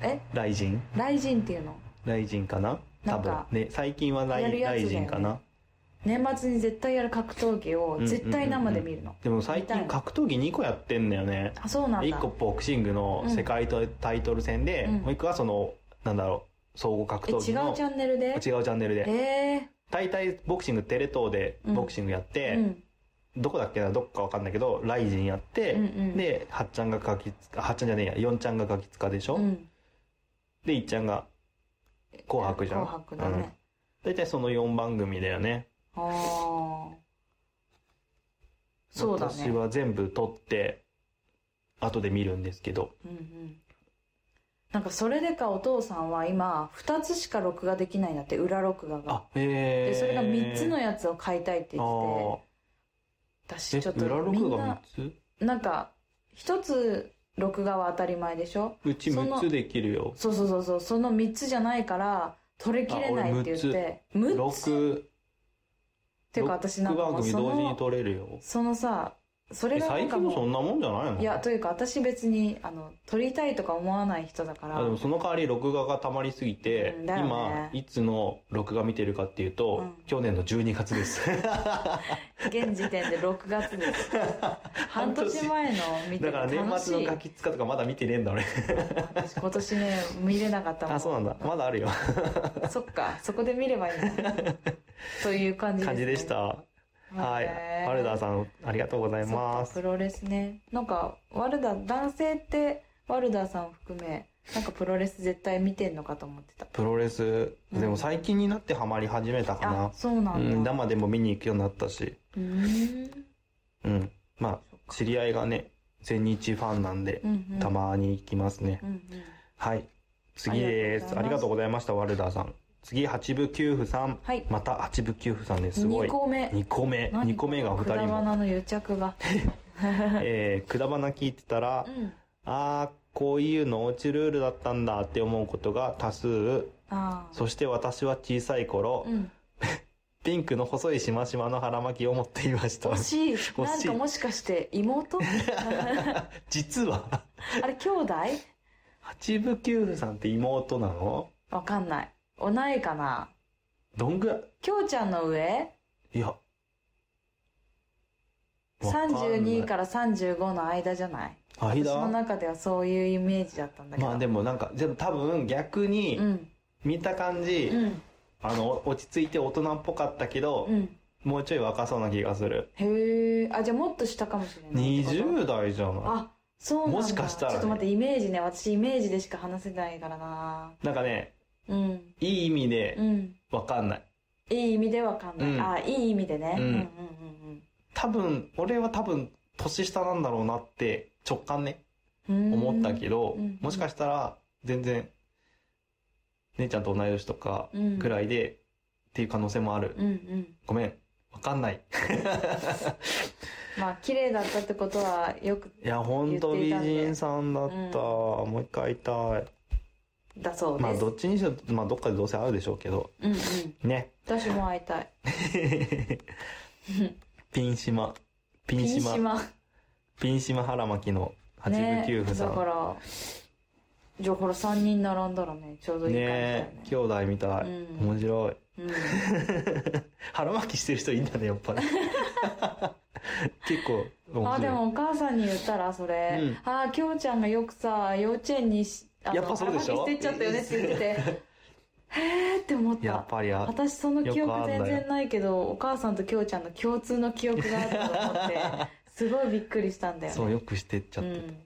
S2: え
S1: 雷神
S2: 雷神っていうの
S1: 雷神かな
S2: な
S1: 多
S2: んか
S1: 分。ね、最近は
S2: やる
S1: 雷
S2: やつだよね
S1: 雷神かな。
S2: 年末に絶対やる格闘技を絶対生で見るの、
S1: でも最
S2: 見た
S1: 近
S2: い
S1: 格闘技2個やってんだよね。
S2: あそうなんだ
S1: 1個ボクシングの世界タイトル戦で、
S2: うん
S1: もう1個はその、なんだろう、総合格
S2: え違う
S1: 闘
S2: チ
S1: 技の。
S2: ャンネルで
S1: 違うチャンネルで。
S2: え
S1: 大体ボクシングテレ東でボクシングやっ
S2: え
S1: て、
S2: うん
S1: どこだっけなどっかわかんないけどライジンやって、
S2: うんうん
S1: ではっちゃんがガキつかはっちゃんじゃねえや4ちゃんがガキつかでしょ、
S2: うん
S1: でいっちゃんが紅白じゃん
S2: 紅白だね、
S1: 大体その4番組だよね
S2: ああそうだね
S1: 私は全部撮って後で見るんですけど
S2: うんうんなんかそれでかお父さんは今2つしか録画できないんだって裏録画が
S1: あへえ
S2: でそれが3つの
S1: や
S2: やつを買いたいって言ってて私
S1: え
S2: ちょっと
S1: 裏
S2: み
S1: 録
S2: ん
S1: 画3
S2: な
S1: つ
S2: なんか1つ録画は当たり前でしょ
S1: うち
S2: その
S1: 6つできるよ
S2: そうそうそうそうその3つじゃないから取りきれないって言って6つっ
S1: 6
S2: ていうか私なんか
S1: 番
S2: もう
S1: 組
S2: そ
S1: 同時に
S2: の
S1: 撮れるよ
S2: そのさそれ
S1: え
S2: がな
S1: 最
S2: んか
S1: 近もそ
S2: も
S1: んなもんじゃないの
S2: ういやというか私別にあの撮りたいとか思わない人だから
S1: あでもその代わり録画が溜まりすぎて、
S2: うんだよね
S1: 今いつの録画見てるかっていうと、
S2: うん
S1: 去年の12月です
S2: [LAUGHS] 現時点で6月です
S1: [LAUGHS]
S2: 半年前の見て
S1: だ
S2: て
S1: から
S2: 楽しい
S1: 年末のガキ使とかまだ見てねえんだ俺
S2: 私今年ね見れなかったもん
S1: あそうなんだまだあるよ
S2: そっかそこで見ればいいん
S1: [LAUGHS]
S2: だという感じです、ね、
S1: 感じでしたはい
S2: へー
S1: ワルダーさんありがとうございま
S2: そっかプ
S1: す
S2: ロレスねなんかワルダー男性ってワルダーさんを含めなんかプロレス絶対見てんのかと思ってた
S1: プロレス
S2: うん
S1: でも最近になってハマり始めたか
S2: あ
S1: な、
S2: そうな
S1: うんん、
S2: だ
S1: 生でも見に行くようになったし
S2: うーん
S1: うんま
S2: そっ
S1: あ
S2: か
S1: 知り合いがね全日ファンなんで、
S2: うんうん
S1: たまに行きますね、
S2: うんうん
S1: はい。次です。あ
S2: あ
S1: り
S2: り
S1: が
S2: が
S1: と
S2: と
S1: う
S2: う
S1: ございました、ワルダーさん。次、八部九夫さん。
S2: はい
S1: また八部九夫さんです。すご
S2: 2
S1: い。
S2: 個目
S1: 2個目。2個目が2
S2: 果
S1: 人も。
S2: 物の癒着が
S1: えー、くだばな聞いてたら
S2: う、ん
S1: あー、こういうのおうちルールだったんだって思うことが多数。
S2: ああ
S1: そして私は小さい頃、
S2: うん
S1: ピンクの細いしましまの腹巻きを持っていました [LAUGHS]
S2: 惜。しい
S1: い
S2: なんかもしかして妹 [LAUGHS]
S1: 実は、
S2: あれ兄弟
S1: 八部九夫さんって妹なの
S2: わかんないおないかな
S1: どんぐらい
S2: きょうちゃんの上
S1: いや。
S2: 32
S1: ら。
S2: から35の間じゃない私
S1: 間
S2: の中ではそういうイメージだったんだけど
S1: まあでもなんかでも多分逆に
S2: うん
S1: 見た感じ、
S2: うん
S1: あの落ち着いて大人っぽかったけど
S2: う、ん
S1: もうちょい若そうな気がする
S2: へえあじゃあもっと下かもしれないってこと
S1: 20代じゃな
S2: あそうなんだ
S1: もしかしたらね
S2: ちょっと待ってイメージね私イメージでしか話せないからない
S1: なんかね
S2: うん
S1: いい意味で
S2: うん
S1: わかんない
S2: いい意味でわかんない、
S1: うん
S2: あいい意味でね、
S1: うん
S2: うんうん
S1: 多分俺は多分年下なんだろうなって直感ね
S2: うんうん
S1: 思ったけど、
S2: うん
S1: もしかしたら全然姉ちゃんと同い年とか
S2: うん
S1: ぐらいでっていう可能性もある、
S2: うんうん
S1: ごめんわかんない
S2: まあ綺麗だったってことはよく
S1: いや本当美人さんだった、
S2: うん
S1: もう一回会いたい
S2: だそうです、
S1: まあどっちにしろ、まあどっかでどうせ会うでしょうけど、
S2: うんうん [LAUGHS]
S1: ね。
S2: 私も会いたい
S1: ピンシマ、ピンシマ、ピンシマ腹巻きの八
S2: ね
S1: 部九夫さ
S2: だか
S1: ん。
S2: らじゃあこれ3人並んだらねちょうどいい
S1: ね
S2: 感じだよね
S1: 兄弟みたい。
S2: うん
S1: 面白い。
S2: うん、
S1: 腹巻きしてる人いいんだね、やっぱ
S2: [LAUGHS]
S1: り。結構面白い。
S2: あでもお母さんに言ったらそれ「
S1: うん
S2: ああきょうちゃんがよくさ幼稚園にしあの
S1: やっぱそうでしょ
S2: 腹巻きしてっちゃったよね」っ
S1: [LAUGHS]
S2: て言ってて「へえ」って思っ
S1: やったぱりあ、
S2: 私その記
S1: よくあ
S2: 憶
S1: んだよ
S2: 全然ないけどお母さんときょうちゃんの共通の記憶があると思って
S1: [LAUGHS]
S2: すごいびっくりしたんだよね
S1: そう、よくしてっちゃ
S2: う
S1: って。
S2: ん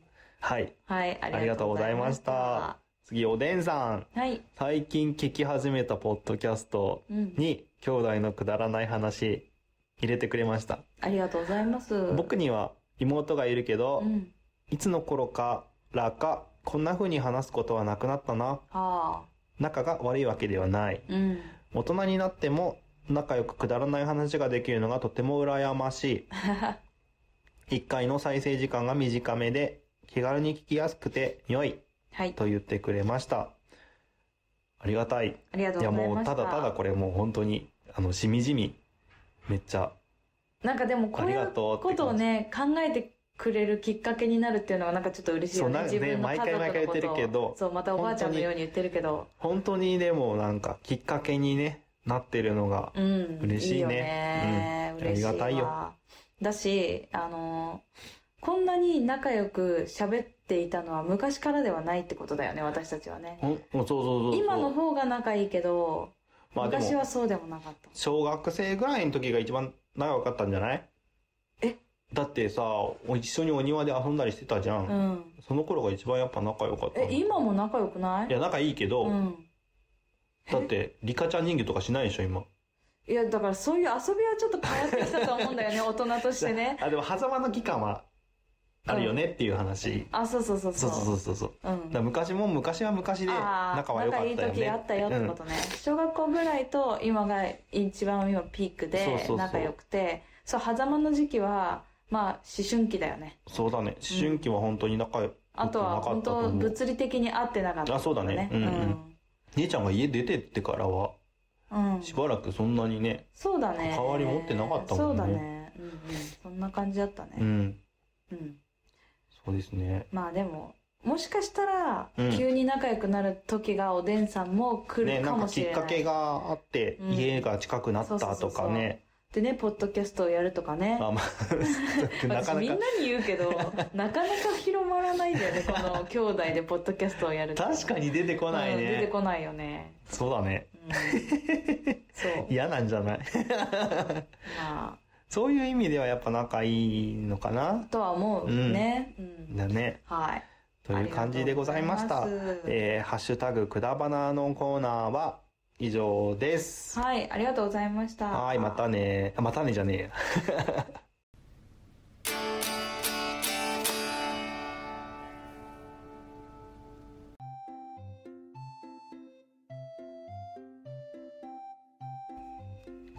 S1: はい。
S2: はい
S1: あ
S2: あ
S1: り
S2: り
S1: が
S2: が
S1: と
S2: と
S1: う
S2: う
S1: ご
S2: ご
S1: ざ
S2: ざ
S1: い
S2: い
S1: ま
S2: ま
S1: し
S2: したた。
S1: 次、おでんさん。
S2: はい
S1: 最近聞き始めたポッドキャスト
S2: うん
S1: に、兄弟のくだらない話、入れてくれました。
S2: ありがとうございます
S1: 僕には妹がいるけど、
S2: うん
S1: いつの頃からかこんな風に話すことはなくなったな
S2: ああ
S1: 仲が悪いわけではない
S2: うん
S1: 大人になっても仲良くくだらない話ができるのがとても羨ましい一回の再生時間が短めで気軽に聞きやすくて良い
S2: はい
S1: と言ってくれましたありがたい
S2: ありがと
S1: いうや
S2: ござい
S1: も
S2: ま
S1: う
S2: した
S1: ただただこれもう本当にあのしみじみめっちゃ
S2: なんかでもこうい
S1: あり
S2: う
S1: がとうって
S2: こ
S1: 感じ
S2: とをね考えてくれるきっかけになるっていうのはなんかちょっと嬉しいよね
S1: そうな
S2: 自分の家族のことを
S1: ね毎回毎回言ってるけど
S2: そうまたおばあちゃんのように言ってるけど
S1: 本当にでもなんかきっかけにねなってるのが
S2: うん
S1: 嬉しいね
S2: よね、
S1: うん
S2: 嬉しいわ
S1: ありがたいよ
S2: だしあのこんなに仲良く喋っていたのは昔からではないってことだよね私たちはね
S1: ほんそうそうそうそう
S2: 今の方が仲いいけど、
S1: まあで
S2: 昔は
S1: も
S2: そうでもなかった
S1: 小学生ぐらいの時が一番長かったんじゃない
S2: え
S1: だってさ一緒にお庭で遊んだりしてたじゃん、
S2: うん
S1: その頃が一番やっぱ仲良かった
S2: え今も仲良くない
S1: いや仲いいけど、
S2: うん、
S1: だってリカちゃん人形とかしないでしょ今
S2: いやだからそういう遊びはちょっと変わってきたと思うんだよ
S1: [LAUGHS]
S2: ね大人としてね
S1: あでも狭間の期間はあるよねっていう話、
S2: あそうそうそうそ
S1: そううそうそうそう
S2: う
S1: だから
S2: ん
S1: 昔も昔は昔で
S2: あー
S1: 仲は良かったよね
S2: 仲いい時あったよってことね、小学校ぐらいと今が一番今ピーク
S1: そうそう
S2: で
S1: そう
S2: 仲良くてそう狭間の時期はまあ思春期だよね
S1: そうだね思春期は本当に仲良くなか
S2: あ
S1: った
S2: とは本
S1: と思
S2: 当
S1: う
S2: 物理的に会ってなかった
S1: あそうだねうんうん姉ちゃんが家出てってからは
S2: うん、うん
S1: しばらくそんなにね
S2: そうだね
S1: 関わり持ってなかったもんね
S2: そうだね、うんうん、そんな感じだった
S1: う
S2: ね、
S1: ん
S2: うん、
S1: そうですね
S2: まあでももしかしたら
S1: うん
S2: 急に仲良くなる時がおでんさんも来
S1: ね
S2: る
S1: な
S2: か
S1: んか
S2: も
S1: き
S2: しれ
S1: っ
S2: ない、
S1: かけがあって
S2: うん
S1: 家が近くなったとかね
S2: でねポッドキャストをやるとかね
S1: あまあ [LAUGHS] なか
S2: 私みん
S1: な
S2: な
S1: か
S2: に言う
S1: [LAUGHS]
S2: けどなかなか広まらないんだよねこの兄弟でポッドキャストをやるって
S1: 確かに出てこない
S2: うん出て
S1: ね
S2: こないよね、
S1: そうだね [LAUGHS]
S2: うんそう
S1: 嫌なんじゃない [LAUGHS]
S2: ま
S1: そういう意味ではやっぱ仲いいのかな
S2: あとは思うね、うん
S1: だね
S2: はい
S1: という感じでございました
S2: ありがとうございます
S1: えーハッシュタグくだばなのコーナーは以上です。
S2: はいありがとうございました
S1: はい、またね。あまたねじゃねえや。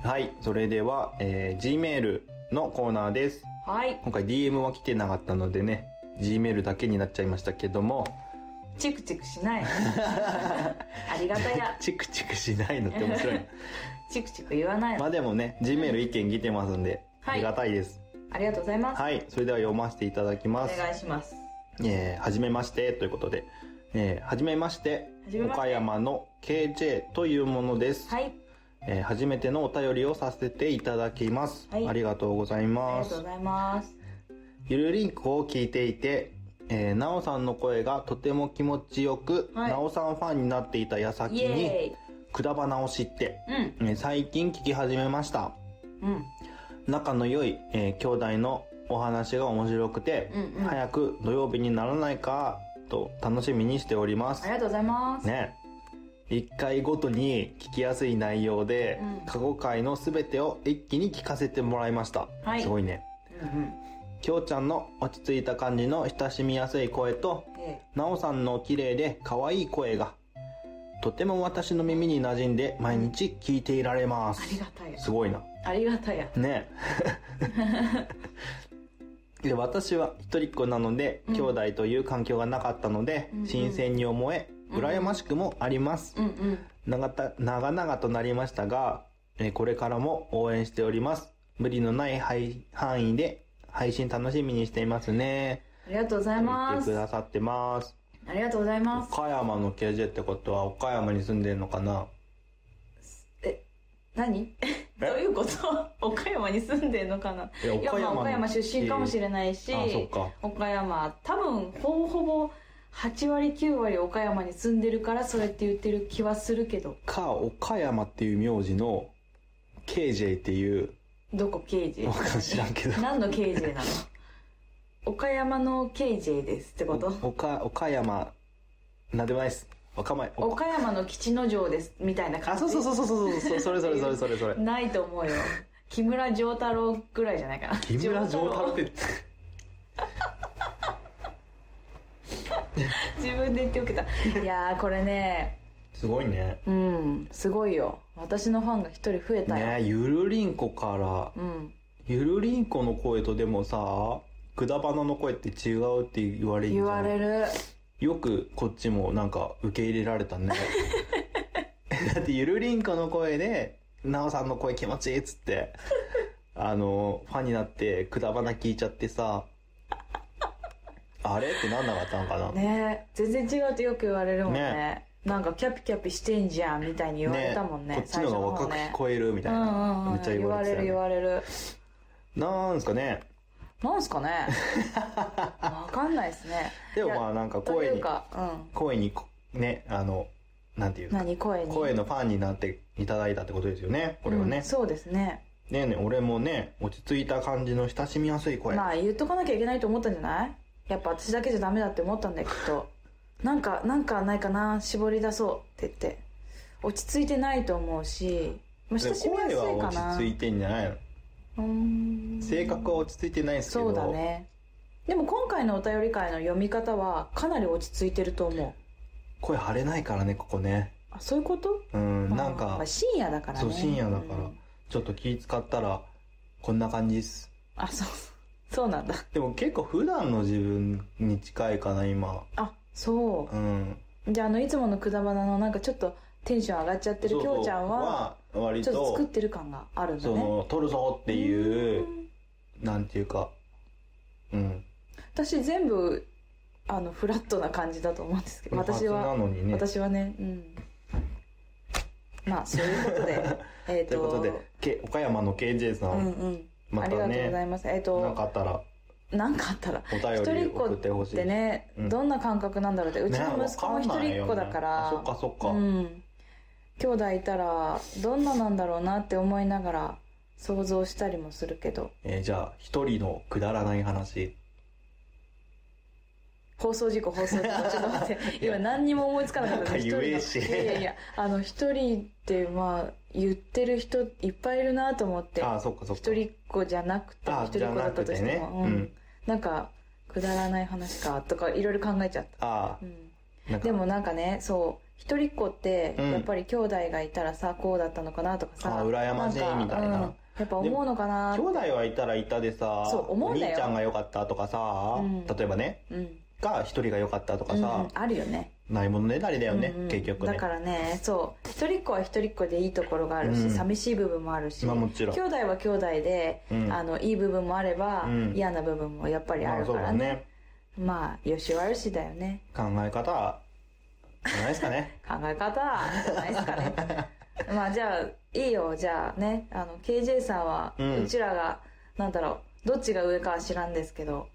S1: はい、それでは、えー、Gmail のコーナーです。
S2: はい
S1: 今回 DM は来てなかったのでね、Gmail だけになっちゃいましたけども、
S2: チクチクし
S1: [LAUGHS]
S2: ないありがたや
S1: チクチクしないのって面
S2: [LAUGHS]
S1: 白いな。
S2: チクチク言わない
S1: まあでもね、G メール意見来てますんで、
S2: は
S1: あ
S2: い
S1: りがたいです。
S2: ありがとうございます、
S1: はい、それでは読ませていただき
S2: お
S1: ます。
S2: 願いします
S1: えー、はじめましてということで、えー、はじめまして、
S2: はじめまして
S1: 岡山の KJ というものです。
S2: はい
S1: えー初めてのお便りをさせていただきます。
S2: はい
S1: ありがとうござい
S2: あり
S1: ま
S2: がとう
S1: す
S2: ご。ざいます
S1: ゆるりんこを聞いていて、えー、なおさんの声がとても気持ちよく、
S2: はい
S1: なおさんファンになっていた矢先
S2: イ
S1: に、
S2: エ
S1: くだばなを知って、
S2: ーイ
S1: えー最近聞き始めました。
S2: うんうん
S1: 仲の良い、えー兄弟のお話が面白くて、
S2: うんうん
S1: 早く土曜日にならないかと楽しみにしておりま
S2: あ
S1: す
S2: りがとうございます、
S1: ね1回ごとに聞きやすい内容で、
S2: うん
S1: 過去回の全てを一気に聞かせてもらいました、
S2: はい
S1: すごいね
S2: うんうん
S1: きょうちゃんの落ち着いた感じの親しみやすい声と
S2: え
S1: なおさんの綺麗で可愛い声がとても私の耳に馴染んで毎日聞いていられま
S2: ーあり
S1: す
S2: がたや
S1: すごいな
S2: ありがたや [LAUGHS]
S1: ねで私は一人っ子なので、
S2: うん
S1: 兄弟という環境がなかったので、
S2: うんうん
S1: 新鮮に思え
S2: うん
S1: 羨ましくもあります、
S2: うんうん
S1: 長た長々となりましたがえーこれからも応援しております無理のない配範囲で配信楽しみにしていますね
S2: ありがとうござい
S1: 言
S2: ま
S1: ってく
S2: す
S1: ださってます
S2: ありがとうございます
S1: 岡山の KJ ってことは岡山に住んでるのかな
S2: 何どういうこと岡山に住んでんのかない
S1: いや
S2: やまあ岡山出身かもし
S1: ない
S2: れないし
S1: あそっか
S2: 岡山多分ほぼほぼ8割9割岡山に住んでるからそれって言ってる気はするけど
S1: か岡山っていう名字の KJ っていう
S2: どこ KJ
S1: わかん知らんけど
S2: 何の KJ なの岡山の KJ ですってこと
S1: お岡岡山なんでもないです岡山岡
S2: 岡山の吉之丞ですみたいな感
S1: あ
S2: じ
S1: そうそうそうそうそうそうそれそれそれそれそれ
S2: ないと思うよ木村丈太郎ぐらいじゃないかな
S1: 木村城太郎って
S2: 自分で言っておけたいやーこれね
S1: すごいね
S2: うんすごいよ私のファンが一人増えたよ、
S1: ねゆるりんこから
S2: うん
S1: ゆるりんこの声とでもさくだばなの声って違うって言われるじゃ
S2: 言
S1: ん
S2: われる
S1: よくこっちもなんか受け入れられた
S2: [LAUGHS]
S1: ねだってゆるりんこの声で「なおさんの声気持ちいい」っつってあの、ファンになって、くだばな聞いちゃってさ、あれってなんなかったのかな、
S2: ね全然違うってよく言われるもんね
S1: ね
S2: なんかキャピキャピしてんじゃんみたいに言われたもんね
S1: こっちの方が若く聞
S2: え
S1: こえるみたい
S2: うんうん
S1: な。
S2: うん、
S1: めっちゃ言
S2: 言
S1: わ
S2: わ
S1: れ
S2: れ
S1: てた
S2: る言
S1: よね
S2: われる
S1: なんですかね。
S2: なんすか
S1: [LAUGHS]
S2: ねわかんないですね
S1: でもまあなんか
S2: と
S1: 声
S2: いう
S1: に、
S2: か、、
S1: 声にこ、ね、あの、なんていううんか、
S2: 何声に
S1: 声のファンになっていただいたってことですよね。これは
S2: う
S1: ね
S2: ん。そうですね
S1: ねえねえ俺もね、落ち着いた感じの親しみやすい声。
S2: まあ言っとかなきゃいけないと思ったんじゃないやっぱ私だけじゃダメだって思ったんだ
S1: [LAUGHS]
S2: よきっとなんかなんかないかな絞り出そうって言って落ち着いてないと思うし、まあ、
S1: で
S2: 親しみやすい
S1: 声は
S2: か
S1: 落
S2: な
S1: ち着いてんじゃないの
S2: うーん
S1: 性格は落ち着いてないですけど。
S2: そうだねでも今回のお便り会の読み方はかなり落ち着いてると思う
S1: 声張れないからね、ここね。
S2: あそういうこと
S1: うん、なん
S2: まあま
S1: か
S2: あ、深夜だからね
S1: そう、深夜だか
S2: う
S1: ら
S2: ん、
S1: ちょっと気使ったら、こんな感じです。
S2: あそうそうなんだ
S1: でも結構普段の自分に近いかな、今。
S2: あそう
S1: うん。
S2: じゃああのいつものくだばなのなんかちょっとテンション上がっちゃってる
S1: そう
S2: き
S1: そう
S2: ょうちゃんは、
S1: 割
S2: ちょっと
S1: と
S2: 作、ってる感があるんだ
S1: そ
S2: ね
S1: の、撮るぞっていう、なんていうか、うん。
S2: 私全部あのフラットな感じだと思うんですけど私は
S1: なのにね。
S2: 私はねうんまあそういうこ
S1: [LAUGHS]
S2: とでえっ
S1: ということで、け岡山の KJ さ、
S2: うんんうん、
S1: ま
S2: ありが
S1: た
S2: とうござ
S1: ね、
S2: いますえっ、
S1: なん
S2: と
S1: かあったら、
S2: なんかあったら
S1: お
S2: 一
S1: 便り
S2: 人っ子
S1: 送ってほ
S2: っ
S1: しい。
S2: てね、
S1: うん
S2: どんな感覚なんだろうってうちの息子も一人っ子だ
S1: ねわんないよね
S2: から、
S1: あそっかそっか。
S2: うん兄弟いたらどんななんだろうなって思いながら想像したりもするけど
S1: えーじゃあ、一人のくだらない話。
S2: 放送事故放送事故ちょっと待って
S1: [LAUGHS]
S2: 今何にも思いつかなかった
S1: なんか言え
S2: 一
S1: し
S2: 人のいやいやいやあの一人ってまあ言ってる人いっぱいいるなと思って
S1: ああ、そっかそっか。
S2: 一人っ子じゃなくても
S1: あ
S2: 一人っ子だったとしても
S1: じゃなくてね
S2: う
S1: うん
S2: ん、なんかくだらない話かとかいろいろ考えちゃった、
S1: あ
S2: うん
S1: あ、なんか
S2: でもなんかねそう一人っ子って
S1: うん
S2: やっぱり兄弟がいたらさこうだったのかなとかさ
S1: あ羨ましい
S2: んか
S1: みたいな
S2: うんやっぱ思うのかな
S1: 兄弟はいたらいたでさ
S2: そう思うんだよ
S1: お兄ちゃんが良かったとかさ、
S2: うん
S1: 例えばね
S2: うん
S1: が一人が良かったとか
S2: うんう
S1: さ
S2: ん、あるよね
S1: ないものねだりだよね、
S2: うんうん
S1: 結局
S2: だ
S1: ね
S2: からねそう一人っ子は一人っ子でいいところがあるし、
S1: うん
S2: 寂しい部分もあるし
S1: まあ
S2: 兄
S1: もちろん
S2: 弟は兄弟で、
S1: うん
S2: あのいい部分もあれば、
S1: うん
S2: 嫌な部分もやっぱりあ
S1: まあ
S2: るか
S1: そう
S2: ら
S1: だ
S2: ね,、
S1: ね
S2: まあよし悪しだよね
S1: 考え方はじゃないですかね [LAUGHS]
S2: 考え方じゃないですかねまあじゃあいいよじゃあねあの KJ さんは、
S1: う
S2: うんちらがなんだろうどっちが上かは知らんですけど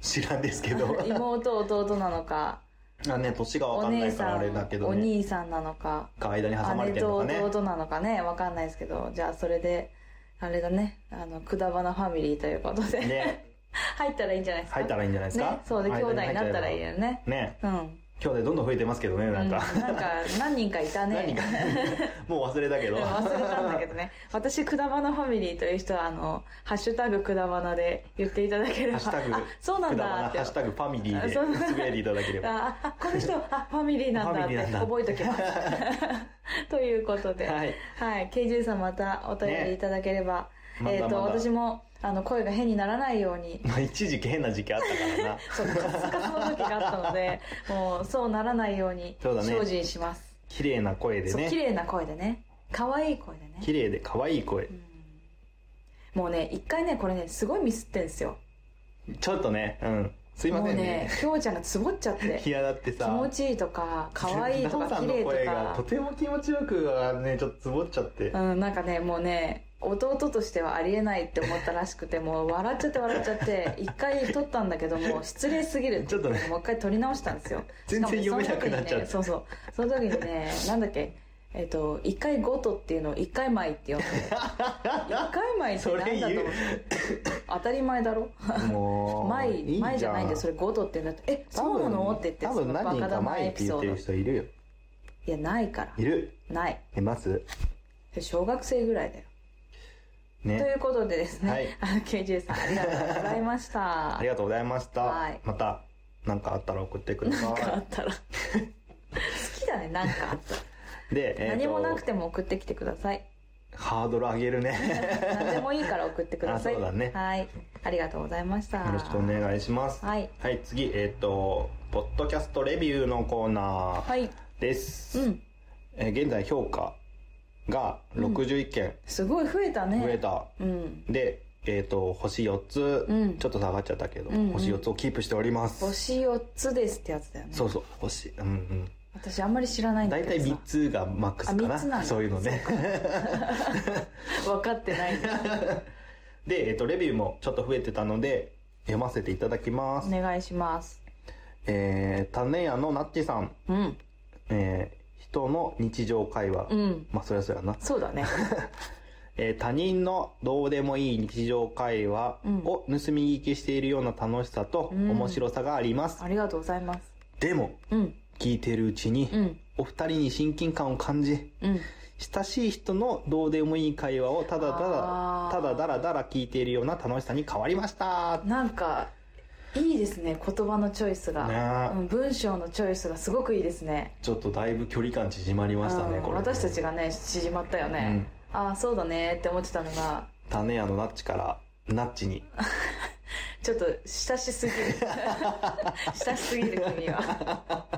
S1: 知らんです
S2: [LAUGHS]
S1: けど
S2: 妹弟なの
S1: [LAUGHS]
S2: か
S1: あね年が分
S2: お
S1: かんな
S2: 姉
S1: いから
S2: さ
S1: あれ
S2: ん、
S1: だけど
S2: お
S1: ね
S2: 兄さんなのか
S1: が間に挟まれ
S2: 姉
S1: てるの
S2: と
S1: かね
S2: 弟なのかねわかんないですけどじゃあそれであれだねあのくだばなファミリーということで
S1: ね
S2: 入ったらいいんじゃないですか
S1: 入ったらいいんじゃないですか、
S2: ねそうで兄弟になったらいい
S1: ね
S2: よね
S1: ね
S2: うん
S1: 兄弟どんどん増えてますけどねなんか、
S2: うんなんか何人かいたね
S1: 何かもう忘れたけど
S2: うん [LAUGHS] 忘れたんだけどね [LAUGHS] 私くだばなファミリーという人はあの「ハッシュタグくだばな」で言っていただければ
S1: ハッシュタグ
S2: あそう
S1: [LAUGHS]
S2: なん
S1: くだばな
S2: だ
S1: ハ
S2: って
S1: ッシュタグファミリーで
S2: そう
S1: つぶやいていただければ
S2: ああこの人あファミリーなんだっ
S1: ファミリーなん
S2: て
S1: だ
S2: 覚えときます [LAUGHS] ということで
S1: はい
S2: はい、KJ さんまたお便りいただければ、
S1: ね
S2: えっ、
S1: まだ
S2: と
S1: まだ
S2: 私もあの声が変にならないように
S1: まあ、一時期変な時期あったからな
S2: [LAUGHS] そうカスカスの時があったの
S1: [LAUGHS]
S2: でもうそうならないように
S1: そうだね
S2: 精進します
S1: 綺麗な声で
S2: そう綺
S1: ね
S2: 麗な声でね可愛い声でね
S1: 綺麗で可愛い声
S2: もうね一回ねこれねすごいミスってんですよ
S1: ちょっとねうんすいません
S2: もう
S1: ね
S2: ねきょうちゃんがつぼっちゃっ
S1: [LAUGHS] い
S2: て
S1: やだって
S2: 気
S1: さ
S2: 持ちいいとか可愛いと
S1: ナオ
S2: か
S1: さん
S2: 綺
S1: の
S2: 麗
S1: 声
S2: と
S1: がと
S2: か
S1: ても気持ちよくはねちょっとつぼっちゃって、
S2: うんなんかねもうね弟としてはありえないって思ったらしくても
S1: [LAUGHS]
S2: う笑っちゃって笑っちゃって一回撮ったんだけどもう失礼すぎる
S1: ちょっとね
S2: もう一回撮り直したんですよ
S1: 全然読めなくなっちゃっ
S2: う
S1: て
S2: そうそうその時にねなんだっけえっ、と一回ごとっていうのを一回舞って呼ん
S1: [LAUGHS]
S2: で一回舞ってなんだと思って当たり前だろ
S1: もう
S2: 舞
S1: いいじゃん
S2: 舞じゃないんでそれごとって言うんだってえ
S1: 多
S2: そう
S1: 分
S2: なのって言って
S1: 多分何人か前って言ってる
S2: い
S1: 人いるよ
S2: やないから
S1: いる
S2: ない
S1: います
S2: で小学生ぐらいだよとい
S1: ね
S2: うことでですね、
S1: はい
S2: あの KJ さんありがとうございました。
S1: ありがとうござ [LAUGHS] いました、
S2: はい
S1: また何かあったら送ってくだ
S2: なんかあ
S1: さ
S2: ったら好きだねなんかあったら
S1: いで、 [LAUGHS] えーと
S2: 何もなくても送ってきてください。
S1: ハードル上げるね
S2: [LAUGHS] 何でもいいから送ってください。
S1: あそうだね
S2: はいありがとうございました。
S1: よろしくお願いします
S2: はい
S1: はい、次、えっ、と、ポッドキャストレビューのコーナー
S2: はい
S1: です。
S2: うん
S1: えー現在評価が61件
S2: すごい増えたね
S1: 増えた、
S2: うん
S1: で、えー、と星4つ、
S2: うん
S1: ちょっと下がっちゃったけど、
S2: うんうん
S1: 星4つをキープしております、
S2: 星4つですってやつだよね
S1: そうそう星うん
S2: 私あんまり知らな
S1: う
S2: い
S1: ん
S2: んだ
S1: 大
S2: けど
S1: 体3
S2: さ
S1: つがマックスか
S2: あ三つなん
S1: な
S2: だ
S1: そういうのね
S2: [LAUGHS] 分かってないんだ
S1: で、えー、とレビューもちょっと増えてたので読ませていただきます、
S2: お願いします
S1: えー、種屋のナッチさん、
S2: うん
S1: えー人の日常会話、
S2: うん
S1: まあそりゃそうやな、
S2: そうだね
S1: えー他人のどうでもいい日常会話を盗み聞きしているような楽しさと
S2: うん
S1: 面白さがあります、
S2: ありがとうございます
S1: でも
S2: うん
S1: 聞いてるうちに、
S2: うん
S1: お二人に親近感を感じ
S2: うん
S1: 親しい人のどうでもいい会話をただた
S2: あ
S1: だた
S2: ー
S1: だだらだら聞いているような楽しさに変わりました
S2: なんかいいですね言葉のチョイスが、
S1: ねえ
S2: うん、文章のチョイスがすごくいいですね
S1: ちょっとだいぶ距離感縮まりましたね
S2: うん
S1: これ
S2: 私たちがね縮まったよね、ああそうだねって思ってたのが
S1: 種屋のナッチからナッチに
S2: ちょっと親
S1: [LAUGHS]
S2: しすぎる親しすぎる君は
S1: [LAUGHS]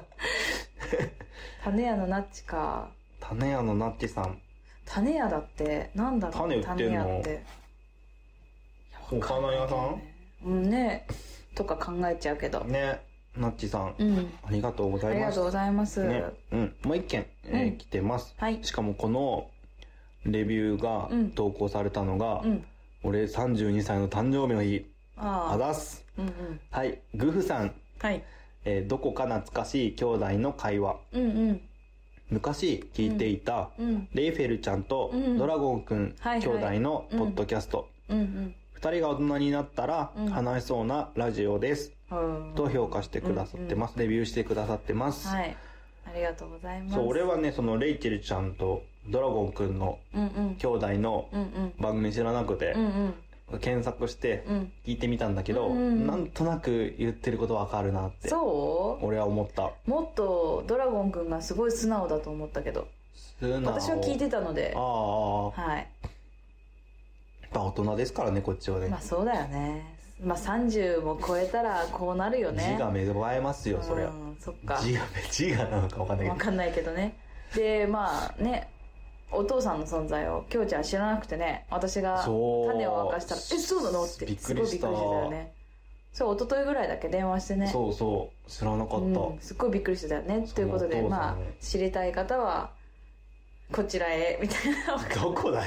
S2: 種屋のナッチか
S1: 種屋のナッチさん
S2: 種屋だってなんだろう
S1: 種売ってんの
S2: 屋って
S1: お花屋さ
S2: うんねとか考えちゃうけど
S1: んねナッチさん
S2: うん
S1: ありがとうご
S2: あ
S1: ざい
S2: り
S1: ま
S2: が
S1: す
S2: とうございます、
S1: ねうん、もう一件、えー
S2: うん
S1: 来てます、
S2: はい
S1: しかもこのレビューが
S2: うん
S1: 投稿されたのが、
S2: うん
S1: 俺32歳の誕生日の日あ
S2: ああ
S1: ざっす
S2: うんうん
S1: はいグフさん、
S2: はい
S1: えーどこか懐かしい兄弟の会話
S2: うんうん
S1: 昔聞いていた、
S2: うん
S1: レイフェルちゃんと
S2: うん
S1: ドラゴンくん
S2: はいはい
S1: 兄弟のポッドキャスト、
S2: うん
S1: 二2人が大人になったら
S2: うん
S1: 話しそうなラジオです、
S2: うんうん
S1: と評価してくださってます、レビューしてくださってます、
S2: はいありがとうございます
S1: そう俺はねそのレイチェルちゃんとドラゴンくんの
S2: うんうん
S1: 兄弟の
S2: うんうん
S1: 番組知らなくて
S2: う、んうん
S1: 検索して
S2: うん
S1: 聞いてみたんだけど、
S2: うんうん
S1: なんとなく言ってることわかるなって
S2: そう
S1: 俺は思った
S2: もっとドラゴンくんがすごい素直だと思ったけど
S1: 素直
S2: 私は聞いてたので
S1: ああああ
S2: はい
S1: やっぱ大人ですからねこっちはね,、
S2: まあそうだよねまあ30も超えたらこうなるよね
S1: 字が芽生えますよ、そりゃ
S2: うんそっか
S1: 字が字がなのかわかんない
S2: わ
S1: けど
S2: かんないけどねでまあねお父さんの存在をきょうちゃん知らなくてね私が種
S1: そう
S2: を明かしたら「えそうなの?」って
S1: びっく
S2: すご
S1: り
S2: いび
S1: し
S2: っく
S1: た
S2: りしてたよねそう一昨日ぐらいだっけ電話してね
S1: そうそう知らなかった、
S2: うん、すっごいびっくりしてたよねということ
S1: そ
S2: で
S1: のお父さん
S2: まあ
S1: の
S2: 知りたい方はこちらへみたいな
S1: [LAUGHS] どこだよ
S2: [LAUGHS]